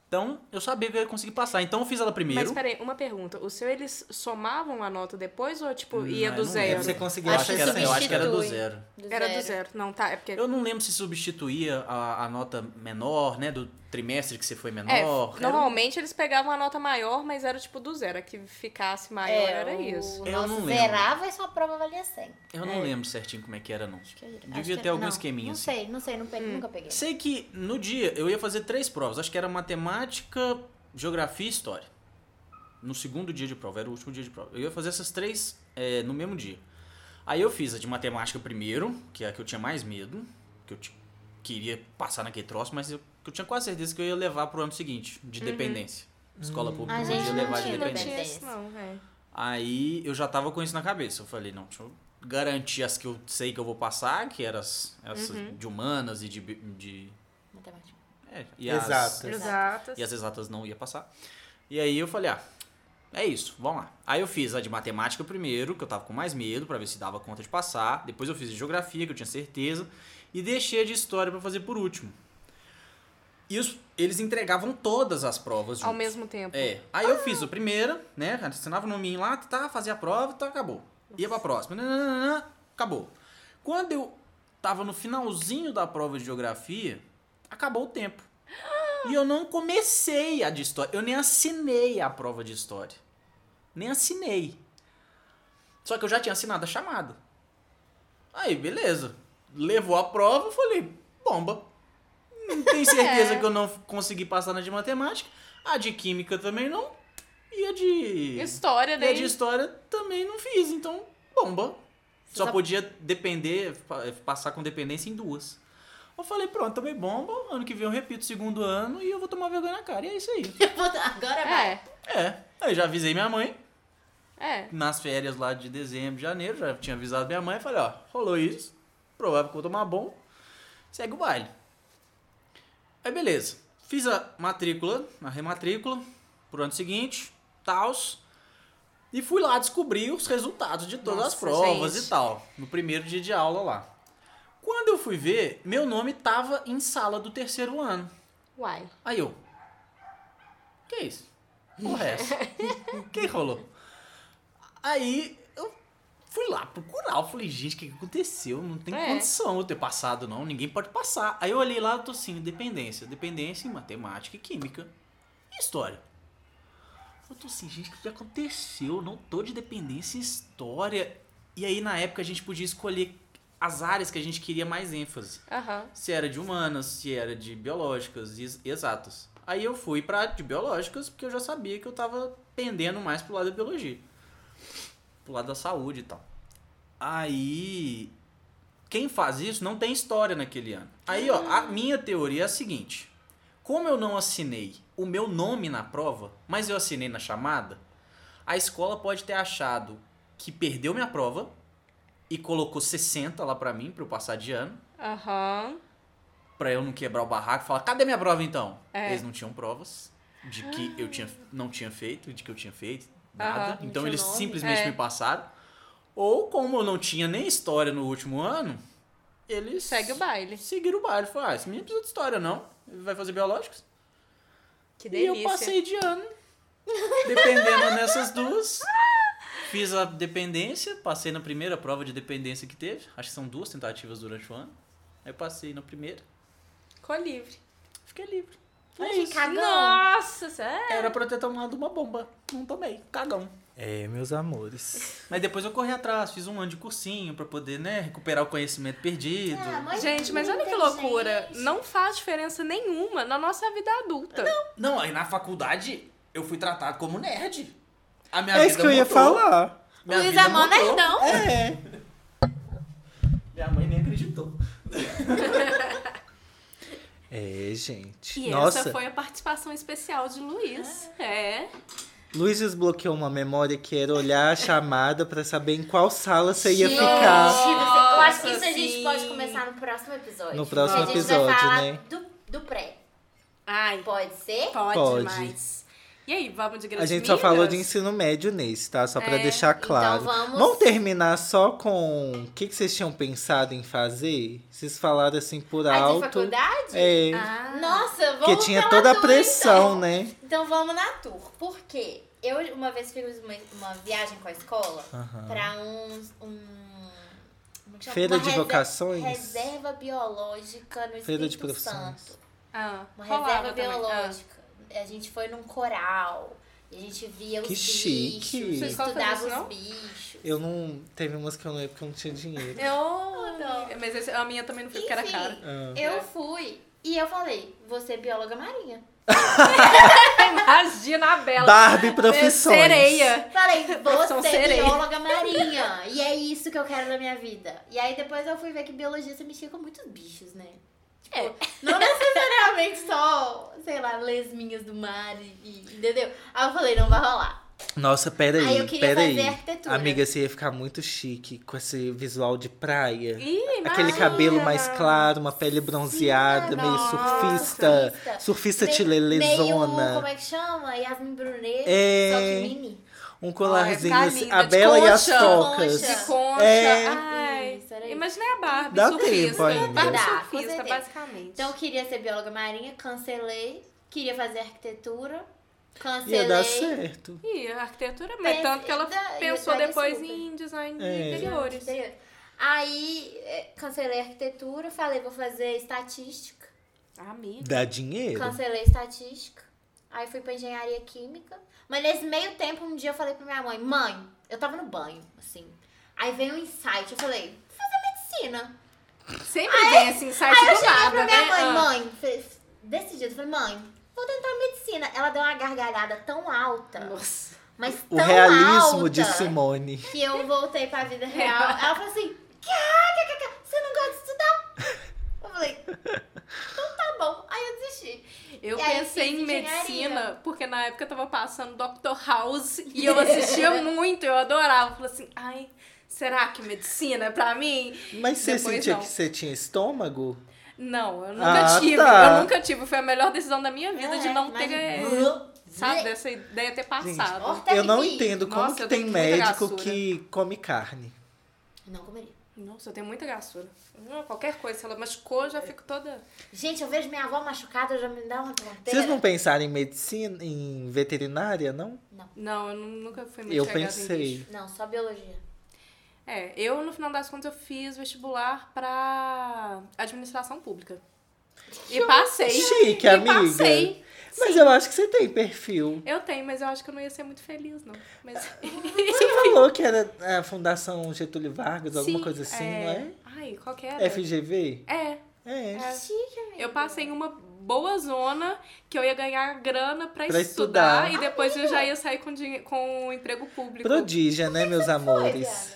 Então, eu sabia que eu ia conseguir passar. Então, eu fiz ela
Mas
primeiro.
peraí, uma pergunta. O seu, eles somavam a nota depois ou, tipo,
Não,
ia
eu
do
não
zero?
lembro.
Você conseguiu
eu, acho
achar
que era, assim, eu acho que era do
substitui.
zero.
Era do zero. Não, tá. É porque.
Eu não lembro se substituía a, a nota menor, né? Do trimestre que você foi menor.
É,
Era- um-
normalmente eles pegavam a nota maior, mas era tipo do zero. A que ficasse
Ah,
maior era isso.
É, O
Eu
nosso
não lembro.
zerava e sua prova valia 100.
Eu não lembro certinho como é que era, não.
Acho que-
Devia
acho que-
ter algum
não,
esqueminha,
Não
assim.
sei, não sei, não peguei, nunca peguei.
Sei que no dia eu ia fazer três provas. Acho que era matemática, geografia e história. No segundo dia de prova, era o último dia de prova. Eu ia fazer essas três é, no mesmo dia. Aí eu fiz a de matemática primeiro, que é a que eu tinha mais medo, que eu ti- queria passar naquele troço, mas eu, que eu tinha quase certeza que eu ia levar pro ano seguinte, de dependência. Escola pública
Uhum. A
não
gente
podia
não
levar de
tinha
não
dependência.
tinha
dependência.
isso, não, é.
Aí eu já tava com isso na cabeça. Eu falei, não, deixa eu garantir as que eu sei que eu vou passar, que eram as, as
Uhum.
de humanas e de. bi- de
Matemática.
é, e as-
Exatas.
Exatas.
e as exatas não ia passar. E aí eu falei, ah, é isso, vamos lá. Aí eu fiz a de matemática primeiro, que eu tava com mais medo, pra ver se dava conta de passar. Depois eu fiz de geografia, que eu tinha certeza. E deixei a de história pra fazer por último. E os- eles entregavam todas as provas
Ao
juntas.
mesmo tempo.
É. Aí eu fiz a primeira, né? Assinava o nominho lá, tá, fazia a prova, tá, acabou. Ia pra próxima. nananana, acabou. Quando eu tava no finalzinho da prova de geografia, acabou o tempo. E eu não comecei a de história. Eu nem assinei a prova de história. Nem assinei. Só que eu já tinha assinado a chamada. Aí, beleza. Levou a prova, eu falei, bomba. Não tenho certeza que eu não consegui passar na de matemática. A de química também não. E a de.
História,
E é a
né?
de história também não fiz, então, bomba.
Você
Só
só-
podia depender, pa- passar com dependência em duas. Eu falei, pronto, também bomba, ano que vem eu repito o segundo ano e eu vou tomar vergonha na cara. E é isso aí.
Agora vai.
É,
é. Aí já avisei minha mãe,
é.
nas férias lá de dezembro, janeiro, já tinha avisado minha mãe, falei, ó, rolou isso, provável que eu vou tomar bom, segue o baile. Aí beleza, fiz a matrícula, a rematrícula, pro ano seguinte, tals, e fui lá descobrir os resultados de todas as
Nossa,
provas
gente.
e tal, no primeiro dia de aula lá. Quando eu fui ver, meu nome tava em sala do terceiro ano.
Uai.
Aí eu. Que isso? Porra é essa? que rolou? Aí eu fui lá procurar. Eu falei, gente, o que que aconteceu? Não tem
É.
condição eu ter passado, não. Ninguém pode passar. Aí eu olhei lá, eu tô assim, dependência. Dependência em matemática e química. E história. Eu tô assim, gente, o que que aconteceu? Eu não tô de dependência em história. E aí, na época, a gente podia escolher as áreas que a gente queria mais ênfase
Aham.
se era de humanas, se era de biológicas, ex- exatas. Aí eu fui pra de biológicas, porque eu já sabia que eu tava pendendo mais pro lado da biologia. Pro lado da saúde e tal. Aí. Quem faz isso não tem história naquele ano. Aí, ó, a minha teoria é a seguinte: como eu não assinei o meu nome na prova, mas eu assinei na chamada, a escola pode ter achado que perdeu minha prova e colocou 60 lá pra mim, pra eu passar de ano.
Aham.
Pra eu não quebrar o barraco, falar, cadê minha prova então?
É. Ah.
Eles não tinham provas de que eu tinha, não tinha feito, de que eu tinha feito, nada.
Aham,
não
então
tinha
eles
nome.
simplesmente
É.
me passaram. Ou como eu não tinha nem história no último ano, eles
Segue o baile.
seguiram o baile. Falaram, ah, esse menino não precisa de história não, ele vai fazer biológicos.
Que
E eu passei de ano Dependendo nessas duas. Fiz a dependência, passei na primeira prova de dependência que teve. Acho que são duas tentativas durante o ano. Aí eu passei na primeira,
Ficou livre.
fiquei livre. É
Gente,
isso.
Cagão.
Nossa, sério?
Era pra eu ter tomado uma bomba. Não tomei. Cagão.
É, meus amores.
Mas depois eu corri atrás, fiz um ano de cursinho pra poder, né, recuperar o conhecimento perdido.
Ah, mãe,
Gente, mas olha que
muita
loucura.
gente.
Não faz diferença nenhuma na nossa vida adulta.
Não, aí na faculdade eu fui tratado como nerd. A minha
É
vida
isso que eu ia
mudou.
falar.
Minha
Luiz
vida
é mó
mudou.
nerdão.
É.
Minha mãe nem acreditou.
É, gente.
E
Nossa,
essa foi a participação especial de Luiz. É.
Luiz desbloqueou uma memória que era olhar a chamada pra saber em qual sala você ia
Gente,
ficar.
você- eu acho que isso
Nossa,
a gente
sim.
pode começar no próximo episódio.
No próximo
a gente
episódio,
vai falar
né?
Do, do pré.
Ai,
Pode ser?
pode,
Pode.
demais. E aí, vamos de
A
grandes
gente só falou de
Minas?
ensino médio nesse, tá? Só pra
É,
deixar claro.
então vamos-
terminar só com o que, que vocês tinham pensado em fazer? Vocês falaram assim por
A Ah, de
alto.
faculdade?
É.
Ah,
Nossa, vamos
Porque tinha
pela
toda a
tour,
pressão,
então.
né?
Então vamos na tour. Por quê? Eu uma vez fiz uma, uma viagem com a escola
Aham.
pra uns, um. como que chama?
Ah. Feira
Uma
de
reser-
vocações?
Reserva biológica no
Feira de
Espírito
profissões.
Santo.
ah,
Uma
rolava
reserva
também.
biológica. A gente foi num coral. E a gente via os
Que
bichos.
chique. Sua
escola
Estudava
faz isso, não?
os bichos.
Eu não. Teve umas que eu não ia porque eu não tinha dinheiro.
Ah. Eu...
não.
Mas esse- a minha também não fez porque era
Enfim,
cara.
Ah.
Eu fui e eu falei, você é bióloga marinha.
Imagina a Bela.
Barbie Profissões.
Sereia.
Falei,
Profissão
você é
sereia.
bióloga marinha. E é isso que eu quero da minha vida. E aí depois eu fui ver que biologia você mexia com muitos bichos, né? Tipo,
É.
Não necessariamente só, sei lá, lesminhas do mar, e- e- entendeu? Aí eu falei, não vai rolar.
Nossa, peraí,
Aí eu queria
peraí.
fazer arquitetura.
Amiga, você ia ficar muito chique com esse visual de praia.
Ih,
Aquele
imagina.
cabelo mais claro, uma pele bronzeada, meio
nossa.
surfista.
Surfista.
Surfista
Meio- Meio,
tilelezona.
como é que chama? Yasmin Brunet.
É.
Só que mini.
Um colarzinho,
Olha, tá
assim,
linda,
a
de
Bela e as
concha,
tocas.
De
concha.
concha.
É.
Ai,
Isso, era isso.
imaginei a Barbie
Dá
surfista.
tempo ainda.
Barbie
Dá, com
surfista,
certeza.
basicamente.
Então eu queria ser bióloga marinha, cancelei. Queria fazer arquitetura, cancelei.
Ia dar certo.
Ih, a arquitetura, mas tanto que ela
Pensa-
pensou
ideia
depois
super.
em design
É.
de interiores.
Aí é, cancelei arquitetura, falei, vou fazer estatística.
Ah, Amiga.
Dá dinheiro.
Cancelei estatística. Aí fui pra engenharia química. Mas nesse meio tempo, um dia eu falei pra minha mãe, mãe, eu tava no banho, assim. Aí veio um insight, eu falei, vou fazer medicina.
Sempre vem assim, sai
Aí Ah, eu
do
cheguei
nada,
pra minha
né?
mãe,
Ah.
mãe, fe- decidido, eu falei, mãe, vou tentar medicina. Ela deu uma gargalhada tão alta,
Nossa.
mas
O
tão
realismo é
alta,
de Simone.
que eu voltei pra vida real. Ela falou assim: Caraca, você não gosta de estudar? Eu falei, então tá bom. Aí eu desisti.
Eu
E aí eu
pensei
fiz
em
engenharia.
medicina, porque na época eu tava passando Dr. House e eu assistia muito, eu adorava. Eu Falei assim, ai, será que medicina é pra mim?
Mas você
Depois
sentia
não.
que você tinha estômago?
Não, eu nunca
Ah,
tive.
tá. Uhum.
Eu nunca tive. Foi a melhor decisão da minha vida
É,
de não ter. eh, Sabe, dessa ideia ter passado.
Horta
eu não
Bibi.
entendo como
Nossa,
que
eu
tem
tenho muita
médico
gastura.
que come carne.
Não comeria.
Nossa, eu tenho muita gastura. Hum, Qualquer coisa, se ela machucou, eu já fico toda.
Gente, eu vejo minha avó machucada, já me dá uma tonteira.
Vocês não pensaram em medicina, em veterinária, não?
Não, eu nu- nunca fui muito
Eu
chegada em bicho.
pensei.
Não, só biologia.
É, eu no final das contas eu fiz vestibular pra administração pública. E passei.
Chique,
e
amiga.
passei.
Mas eu acho que você tem perfil.
Eu tenho, mas eu acho que eu não ia ser muito feliz, não. Mas
Você falou que era a Fundação Getúlio Vargas, alguma
sim,
coisa assim,
é...
não
Ai, qual que era?
é? FGV?
É,
É.
Chique, amiga.
eu passei em uma boa zona que eu ia ganhar grana pra,
Pra
estudar,
estudar.
e depois eu já ia sair com, dinhe- com o emprego público.
Prodígia, né, meus amores?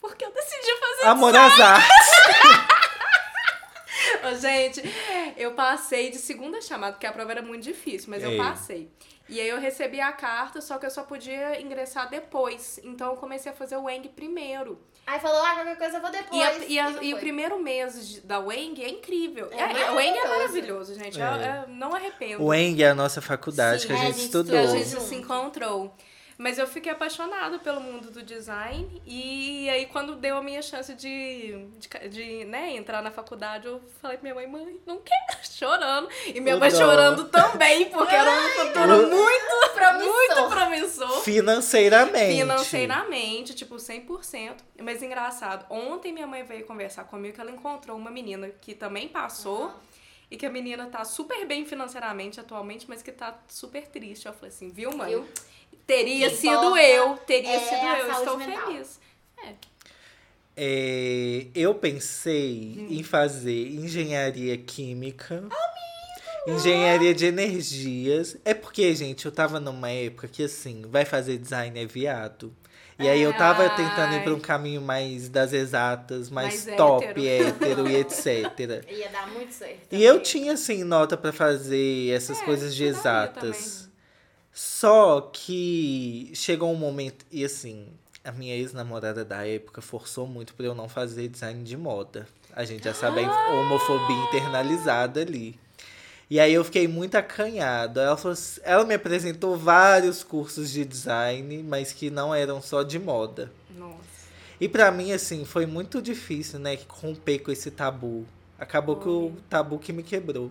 Porque eu decidi fazer
Amor às artes.
Ô, gente, eu passei de segunda chamada, porque a prova era muito difícil, mas
Ei.
eu passei. E aí eu recebi a carta, só que eu só podia ingressar depois. Então eu comecei a fazer o Weng primeiro.
Aí falou, ah, qualquer coisa eu vou depois.
E, a- e a-
não
e o
foi.
primeiro mês de- da Weng é incrível.
É
É, é, o Weng é
maravilhoso.
maravilhoso, gente. Eu-
É.
eu não arrependo.
O ENG é a nossa faculdade
Sim,
que a
é,
gente
a gente
estudou.
E a gente
Junto.
se encontrou. Mas eu fiquei apaixonada pelo mundo do design. E aí, quando deu a minha chance de, de, ca- de, né, entrar na faculdade, eu falei pra minha mãe, mãe, não quero, chorando. E minha
O
mãe
dó.
chorando também, porque era um futuro muito, muito
Promissor.
promissor.
Financeiramente.
Financeiramente, tipo, 100%. Mas engraçado, ontem minha mãe veio conversar comigo que ela encontrou uma menina que também passou
Aham.
e que a menina tá super bem financeiramente atualmente, mas que tá super triste. Eu falei assim, viu, mãe?
Viu?
Teria
Que
sido
importa
eu, teria
é
sido
a
eu,
saúde
estou
mental.
feliz. É.
É, eu pensei
Hum.
em fazer engenharia química. Engenharia de energias. É porque, gente, eu tava numa época que, assim, vai fazer design é viado. E aí eu tava
Ai.
tentando ir pra um caminho mais das exatas, mais,
Mais
top,
hétero.
hétero e etc.
Ia dar muito certo.
E eu tinha, assim, nota pra fazer essas
É,
coisas de
eu daria
exatas. Só que chegou um momento. E assim, a minha ex-namorada da época forçou muito pra eu não fazer design de moda. A gente já sabe a in- homofobia internalizada ali. E aí eu fiquei muito acanhada. Ela, falou assim- ela me apresentou vários cursos de design, mas que não eram só de moda.
Nossa.
E pra mim, assim, foi muito difícil, né, romper com esse tabu. Acabou que o tabu que me quebrou.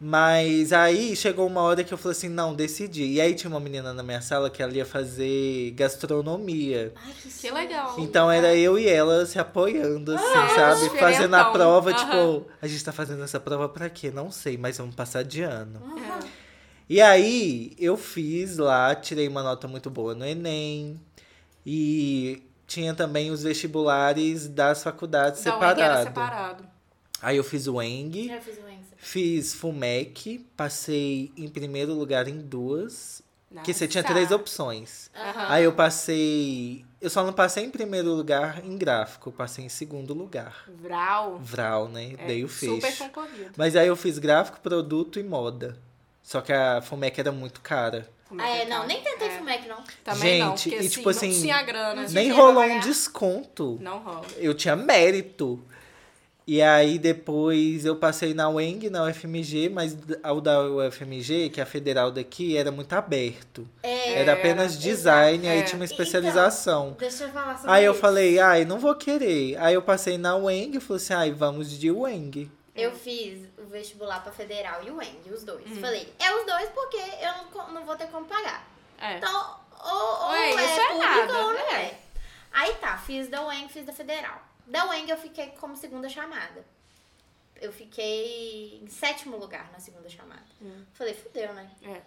Mas aí chegou uma hora que eu falei assim, não, decidi. E aí tinha uma menina na minha sala que ela ia fazer gastronomia.
Ai, que,
Que legal.
Então era eu e ela se apoiando, assim, sabe?
Ah, diferentão.
Fazendo a prova,
Aham.
tipo, a gente tá fazendo essa prova pra quê? Não sei, mas vamos passar de ano.
Aham.
E aí, eu fiz lá, tirei uma nota muito boa no Enem. E tinha também os vestibulares das faculdades
Da UENG era
separadas.
separado.
Aí eu fiz o ENG,
Já fiz o Enzo.
fiz FUMEC, passei em primeiro lugar em duas. Porque você tinha
Nossa.
três opções.
Aham.
Aí eu passei. Eu só não passei em primeiro lugar em gráfico, eu passei em segundo lugar.
Vral.
Vral, né?
É,
Dei o
Super
fecho.
concorrido.
Mas aí eu fiz gráfico, produto e moda. Só que a FUMEC era muito cara.
Como
Ah, é,
que
não, nem tentei
É.
Fumec, não.
Também não,
Gente,
porque
e
assim,
tipo
não
assim,
tinha grana.
não
Nem
Dinheiro
rolou
pra
um
ganhar.
desconto.
Não rola.
Eu tinha mérito. E aí depois eu passei na UENG, na UFMG, mas o da UFMG, que é a federal daqui, era muito aberto.
É,
Era apenas design, aí
é.
tinha uma
Então,
especialização.
deixa eu falar sobre
Aí eu
isso.
falei, ai, não vou querer. Aí eu passei na UENG e falei assim, ai, vamos de UENG.
Eu fiz o vestibular pra federal e o ENG, os dois.
Hum.
Falei, é os dois porque eu não, co- não vou ter como pagar.
É.
Então, ou, ou
Ué,
é
isso é
pública
nada,
ou não
é.
é. Aí tá, fiz da UENG, fiz da federal. Da UENG eu fiquei como segunda chamada. Eu fiquei em sétimo lugar na segunda chamada. Falei, fudeu, né?
Hum. É.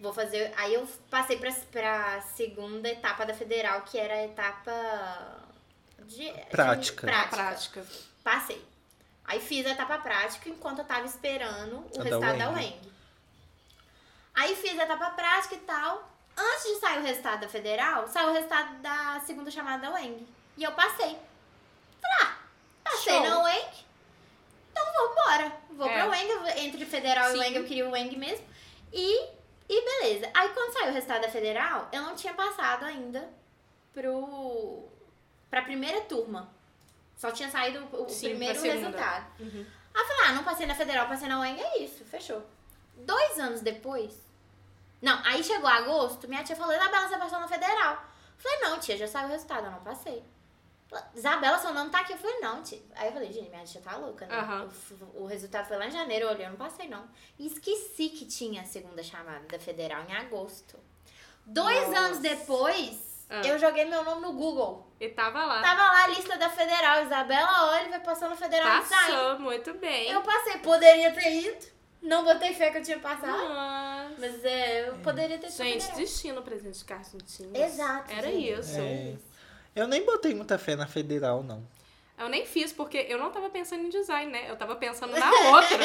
Vou fazer. Aí eu passei pra, pra segunda etapa da federal, que era a etapa. De, de
Prática.
prática.
Prática.
Passei. Aí fiz a etapa prática enquanto eu tava esperando o
A da
resultado da
UENG.
UENG. Aí fiz a etapa prática e tal. Antes de sair o resultado da federal, saiu o resultado da segunda chamada da UENG. E eu passei. Falei, ah, passei
Show.
na UENG. Então vambora. Vou
É.
pra UENG, eu vou- entre federal
Sim.
e UENG, eu queria o UENG mesmo. E, e beleza. Aí quando saiu o resultado da federal, eu não tinha passado ainda pro, pra primeira turma. Só tinha saído o, o
Sim,
primeiro
pra segunda.
resultado.
Uhum.
Aí eu falei, ah, não passei na federal, passei na UENG, é isso, fechou. Dois anos depois. Não, aí chegou agosto, minha tia falou, Isabela, você passou na federal. Eu falei, não, tia, já saiu o resultado, eu não passei. Ela, Isabela, seu nome tá aqui. Eu falei, não, tia. Aí eu falei, gente, minha tia tá louca, né?
Aham.
O f- O, resultado foi lá em janeiro, eu olhei, eu não passei, não. E esqueci que tinha a segunda chamada da federal em agosto. Dois
Nossa.
anos depois,
Ah.
eu joguei meu nome no Google.
E tava lá.
Tava lá a lista da federal, Isabela Oliver passou na federal em design.
Passou, tá muito bem. Hum.
Eu passei, poderia ter ido. Não botei fé que eu tinha passado.
Nossa.
Mas é, eu poderia ter sido.
Gente, destino presente de Carcintinho.
Exato,
Era
gente.
isso.
É. Eu nem botei muita fé na federal, não.
Eu nem fiz, porque eu não tava pensando em design, né? Eu tava pensando na outra.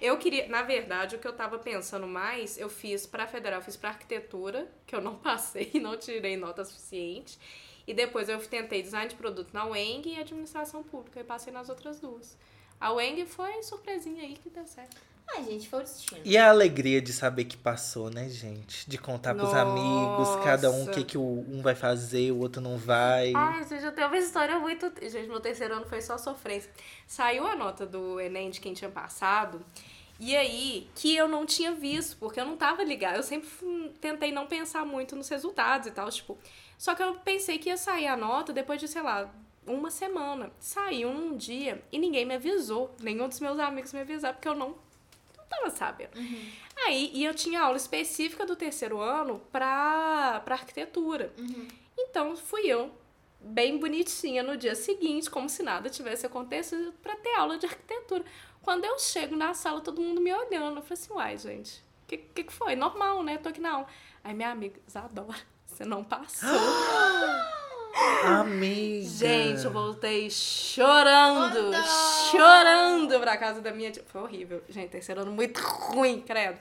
eu queria, na verdade, o que eu tava pensando mais, eu fiz pra federal, eu fiz pra arquitetura, que eu não passei, não tirei nota suficiente. E depois eu tentei design de produto na UENG e administração pública, e passei nas outras duas. A UENG foi surpresinha aí que deu certo.
Ai, gente, foi o destino.
E a alegria de saber que passou, né, gente? De contar pros
Nossa.
amigos, cada um o que, que o- um vai fazer, o outro não vai.
Ai, gente, eu tenho uma história muito. Gente, meu terceiro ano foi só sofrência. Saiu a nota do Enem de quem tinha passado. E aí, que eu não tinha visto, porque eu não tava ligada. Eu sempre fui- tentei não pensar muito nos resultados e tal, tipo. Só que eu pensei que ia sair a nota depois de, sei lá, uma semana. Saiu num dia e ninguém me avisou. Nenhum dos meus amigos me avisaram, porque eu não, não tava sabendo. Aí, e eu tinha aula específica do terceiro ano pra, pra arquitetura. Então, fui eu, bem bonitinha, no dia seguinte, como se nada tivesse acontecido, pra ter aula de arquitetura. Quando eu chego na sala, todo mundo me olhando. Eu falei assim, uai, gente, o que, que, que foi? Normal, né? Tô aqui na aula. Aí minha amiga, Isadora, você não passou.
Amiga.
gente, eu voltei chorando,
Oh, não.
chorando pra casa da minha tia. Foi horrível. Gente, terceiro ano muito ruim, credo.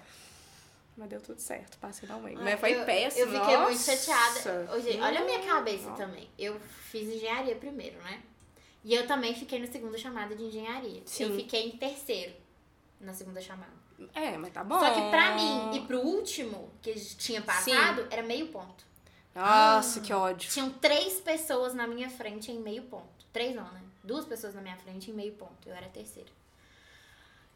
Mas deu tudo certo, passei na mãe. Mas foi
eu,
péssimo.
Eu fiquei muito
nossa.
chateada. Ô, gente, olha a minha cabeça
Não.
também. Eu fiz engenharia primeiro, né? E eu também fiquei na segunda chamada de engenharia. Eu
Sim.
fiquei em terceiro na segunda chamada.
É, mas tá bom.
Só que pra mim e pro último que tinha passado, era meio ponto.
Nossa, que ódio.
Tinham três pessoas na minha frente em meio ponto. Três não, né? Duas pessoas na minha frente em meio ponto. Eu era a terceira.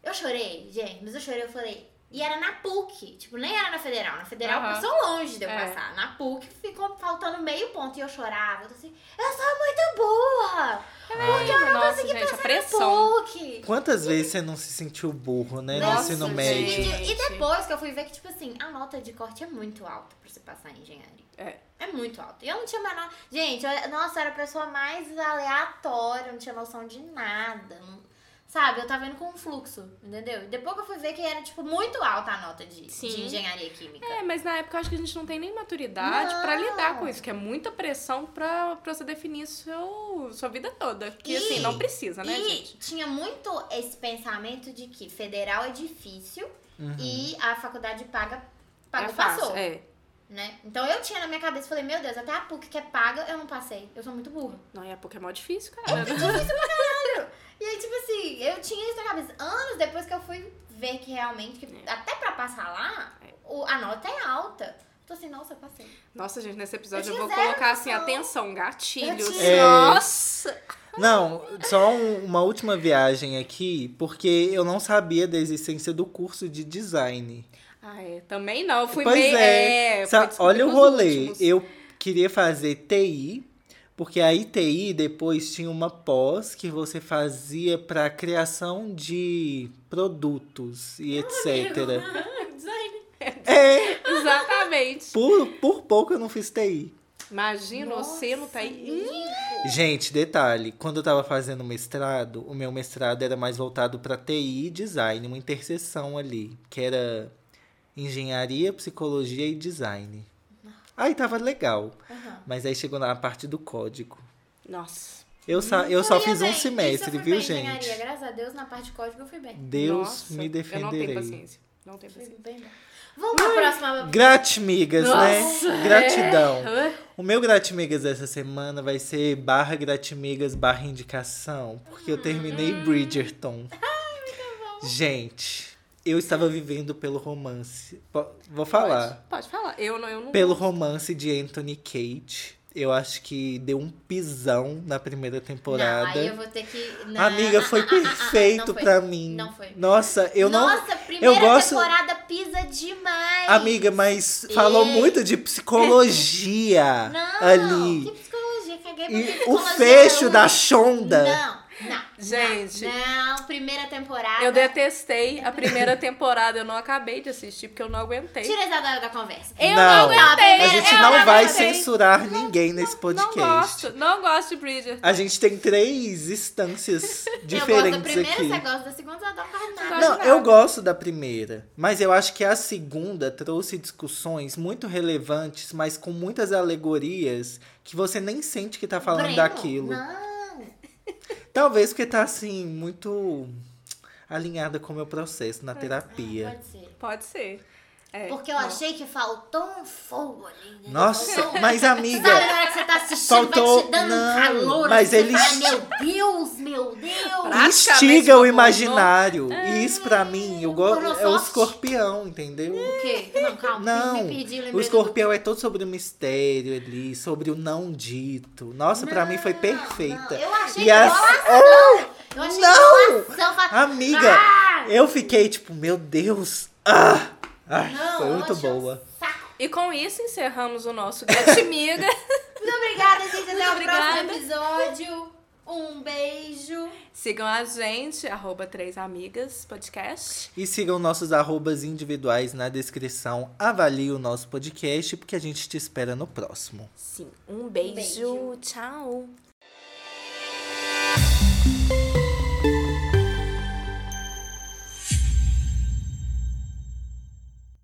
Eu chorei, gente, mas eu chorei, eu falei. E era na PUC, tipo, nem era na Federal. Na Federal
Aham.
passou longe de eu
É.
passar. Na PUC ficou faltando meio ponto e eu chorava. Eu tô assim, eu sou muito burra!
Porque eu um não Nossa, gente, a pressão.
Na PUC!
Quantas vezes você não se sentiu burro, né?
Nossa,
no ensino
gente.
médio.
E depois que eu fui ver que, tipo assim, a nota de corte é muito alta pra você passar em engenharia.
É.
É muito alto. E eu não tinha a menor. Gente, eu- nossa, eu era a pessoa mais aleatória, eu não tinha noção de nada. não- Sabe, eu tava indo com um fluxo, entendeu? E depois que eu fui ver que era, tipo, muito alta a nota de,
Sim.
de engenharia química.
É, mas na época eu acho que a gente não tem nem maturidade
Não.
pra lidar com isso, que é muita pressão pra, pra você definir seu, sua vida toda. Que
E-
assim, não precisa, né,
e
gente?
tinha muito esse pensamento de que federal é difícil
Uhum.
e a faculdade paga, paga
é fácil,
passou.
É.
né? Então eu tinha na minha cabeça, falei, meu Deus, até a PUC que é paga, eu não passei. Eu sou muito burra.
Não, e a PUC é mó difícil, cara.
E aí, tipo assim, eu tinha isso na cabeça. Anos depois que eu fui ver que realmente, que
É.
até pra passar lá, o- a nota é alta. Eu tô assim, nossa, eu passei.
Nossa, gente, nesse episódio
Eu
eu,
tinha
vou
zero
colocar assim,
noção.
atenção, gatilhos.
Gatilhos. É.
Nossa!
Não, só um- uma última viagem aqui, porque eu não sabia da existência do curso de design.
Ah, é. Também não, eu fui
pois
meio.
é.
é,
Sa-
fui descobrir
olha o
com os
rolê.
últimos.
Eu queria fazer TI, porque a ITI depois tinha uma pós que você fazia pra criação de produtos e etc.
Ah, Design.
É,
Exatamente.
por, por pouco eu não fiz TI.
Imagina, o você não tá aí.
Gente, detalhe, quando eu tava fazendo mestrado, o meu mestrado era mais voltado pra TI e design, uma interseção ali, que era engenharia, psicologia e design. Aí tava legal,
Aham.
mas aí chegou na parte do código.
Nossa.
Eu, sa- eu
Eu
só
ia
fiz
bem.
um
Isso eu
semestre,
fui
viu,
bem em
gente?
engenharia. Graças a Deus, na parte de código eu fui bem.
Deus
né? Nossa,
me
Eu não tenho
defenderei.
paciência. Não tenho
Fui
paciência.
bem bem. Vamos pra próxima.
Gratimigas,
Nossa,
né? Gratidão.
é.
O meu Gratimigas dessa semana vai ser barra Gratimigas barra indicação, porque eu terminei
Ah.
Bridgerton. Gente, eu estava vivendo pelo romance. Po- Vou falar.
Pode, pode falar. Eu não, eu não.
Pelo romance de Anthony Kate. Eu acho que deu um pisão na primeira temporada.
Não, aí eu vou ter que. né? Não.
Amiga, foi perfeito
Não foi.
pra mim.
Não foi.
Nossa, eu não.
Nossa, é primeira
gosto-
temporada pisa demais.
Amiga, mas falou
Ei.
muito de psicologia
Não, que
ali.
psicologia, caguei pra
E o
psicologia
fecho
não.
da Shonda.
Não, não.
Gente.
Não, primeira temporada.
Eu detestei a primeira temporada. Eu não acabei de assistir porque eu não aguentei.
Tira a Isadora da conversa.
Eu
Não,
não,
A
aguentei.
gente
eu
não vai
aguentei.
censurar ninguém nesse
Não
podcast.
gosto, não gosto de Bridger.
A gente tem três instâncias
eu gosto da
diferentes
primeira,
aqui.
você gosta da segunda, você adora nada.
Não, eu gosto da primeira, mas eu acho que a segunda trouxe discussões muito relevantes, mas com muitas alegorias que você nem sente que tá falando
Breno,
daquilo.
Não.
Talvez porque tá assim muito alinhada com o meu processo na terapia.
Pode ser.
Pode ser. É,
Porque eu
não.
achei que faltou um fogo ali. né?
Nossa,
Faltou um-
mas amiga,
Sabe, na hora que você tá assistindo, vai
Faltou-
te dando
não,
um calor.
mas
assim,
eles-
ah, meu Deus, meu Deus.
Praticamente
instiga o
uma
imaginário. E isso
É.
pra mim, eu go...
Pornossoft.
é o escorpião, entendeu?
O quê? Não, calma.
Não,
me perdi, lembrei
o
do-
escorpião é todo sobre o mistério ali, sobre o não dito. Nossa, pra mim foi
Não,
perfeita.
não, Eu achei
E as- é,
que era uma ação. Eu achei que era uma ação. Eu falei,
Amiga,
Ah,
Eu fiquei tipo, meu Deus. Ah! Ai,
Não,
foi
eu
muito
achei um
boa.
saco.
E com isso encerramos o nosso Gatimiga.
Muito obrigada, gente. Até
obrigada.
o próximo episódio. Um beijo.
Sigam a gente, arroba 3 Amigas Podcast.
E sigam nossos arrobas individuais na descrição. Avalie o nosso podcast, porque a gente te espera no próximo.
Um
Sim, um beijo.
beijo.
Tchau.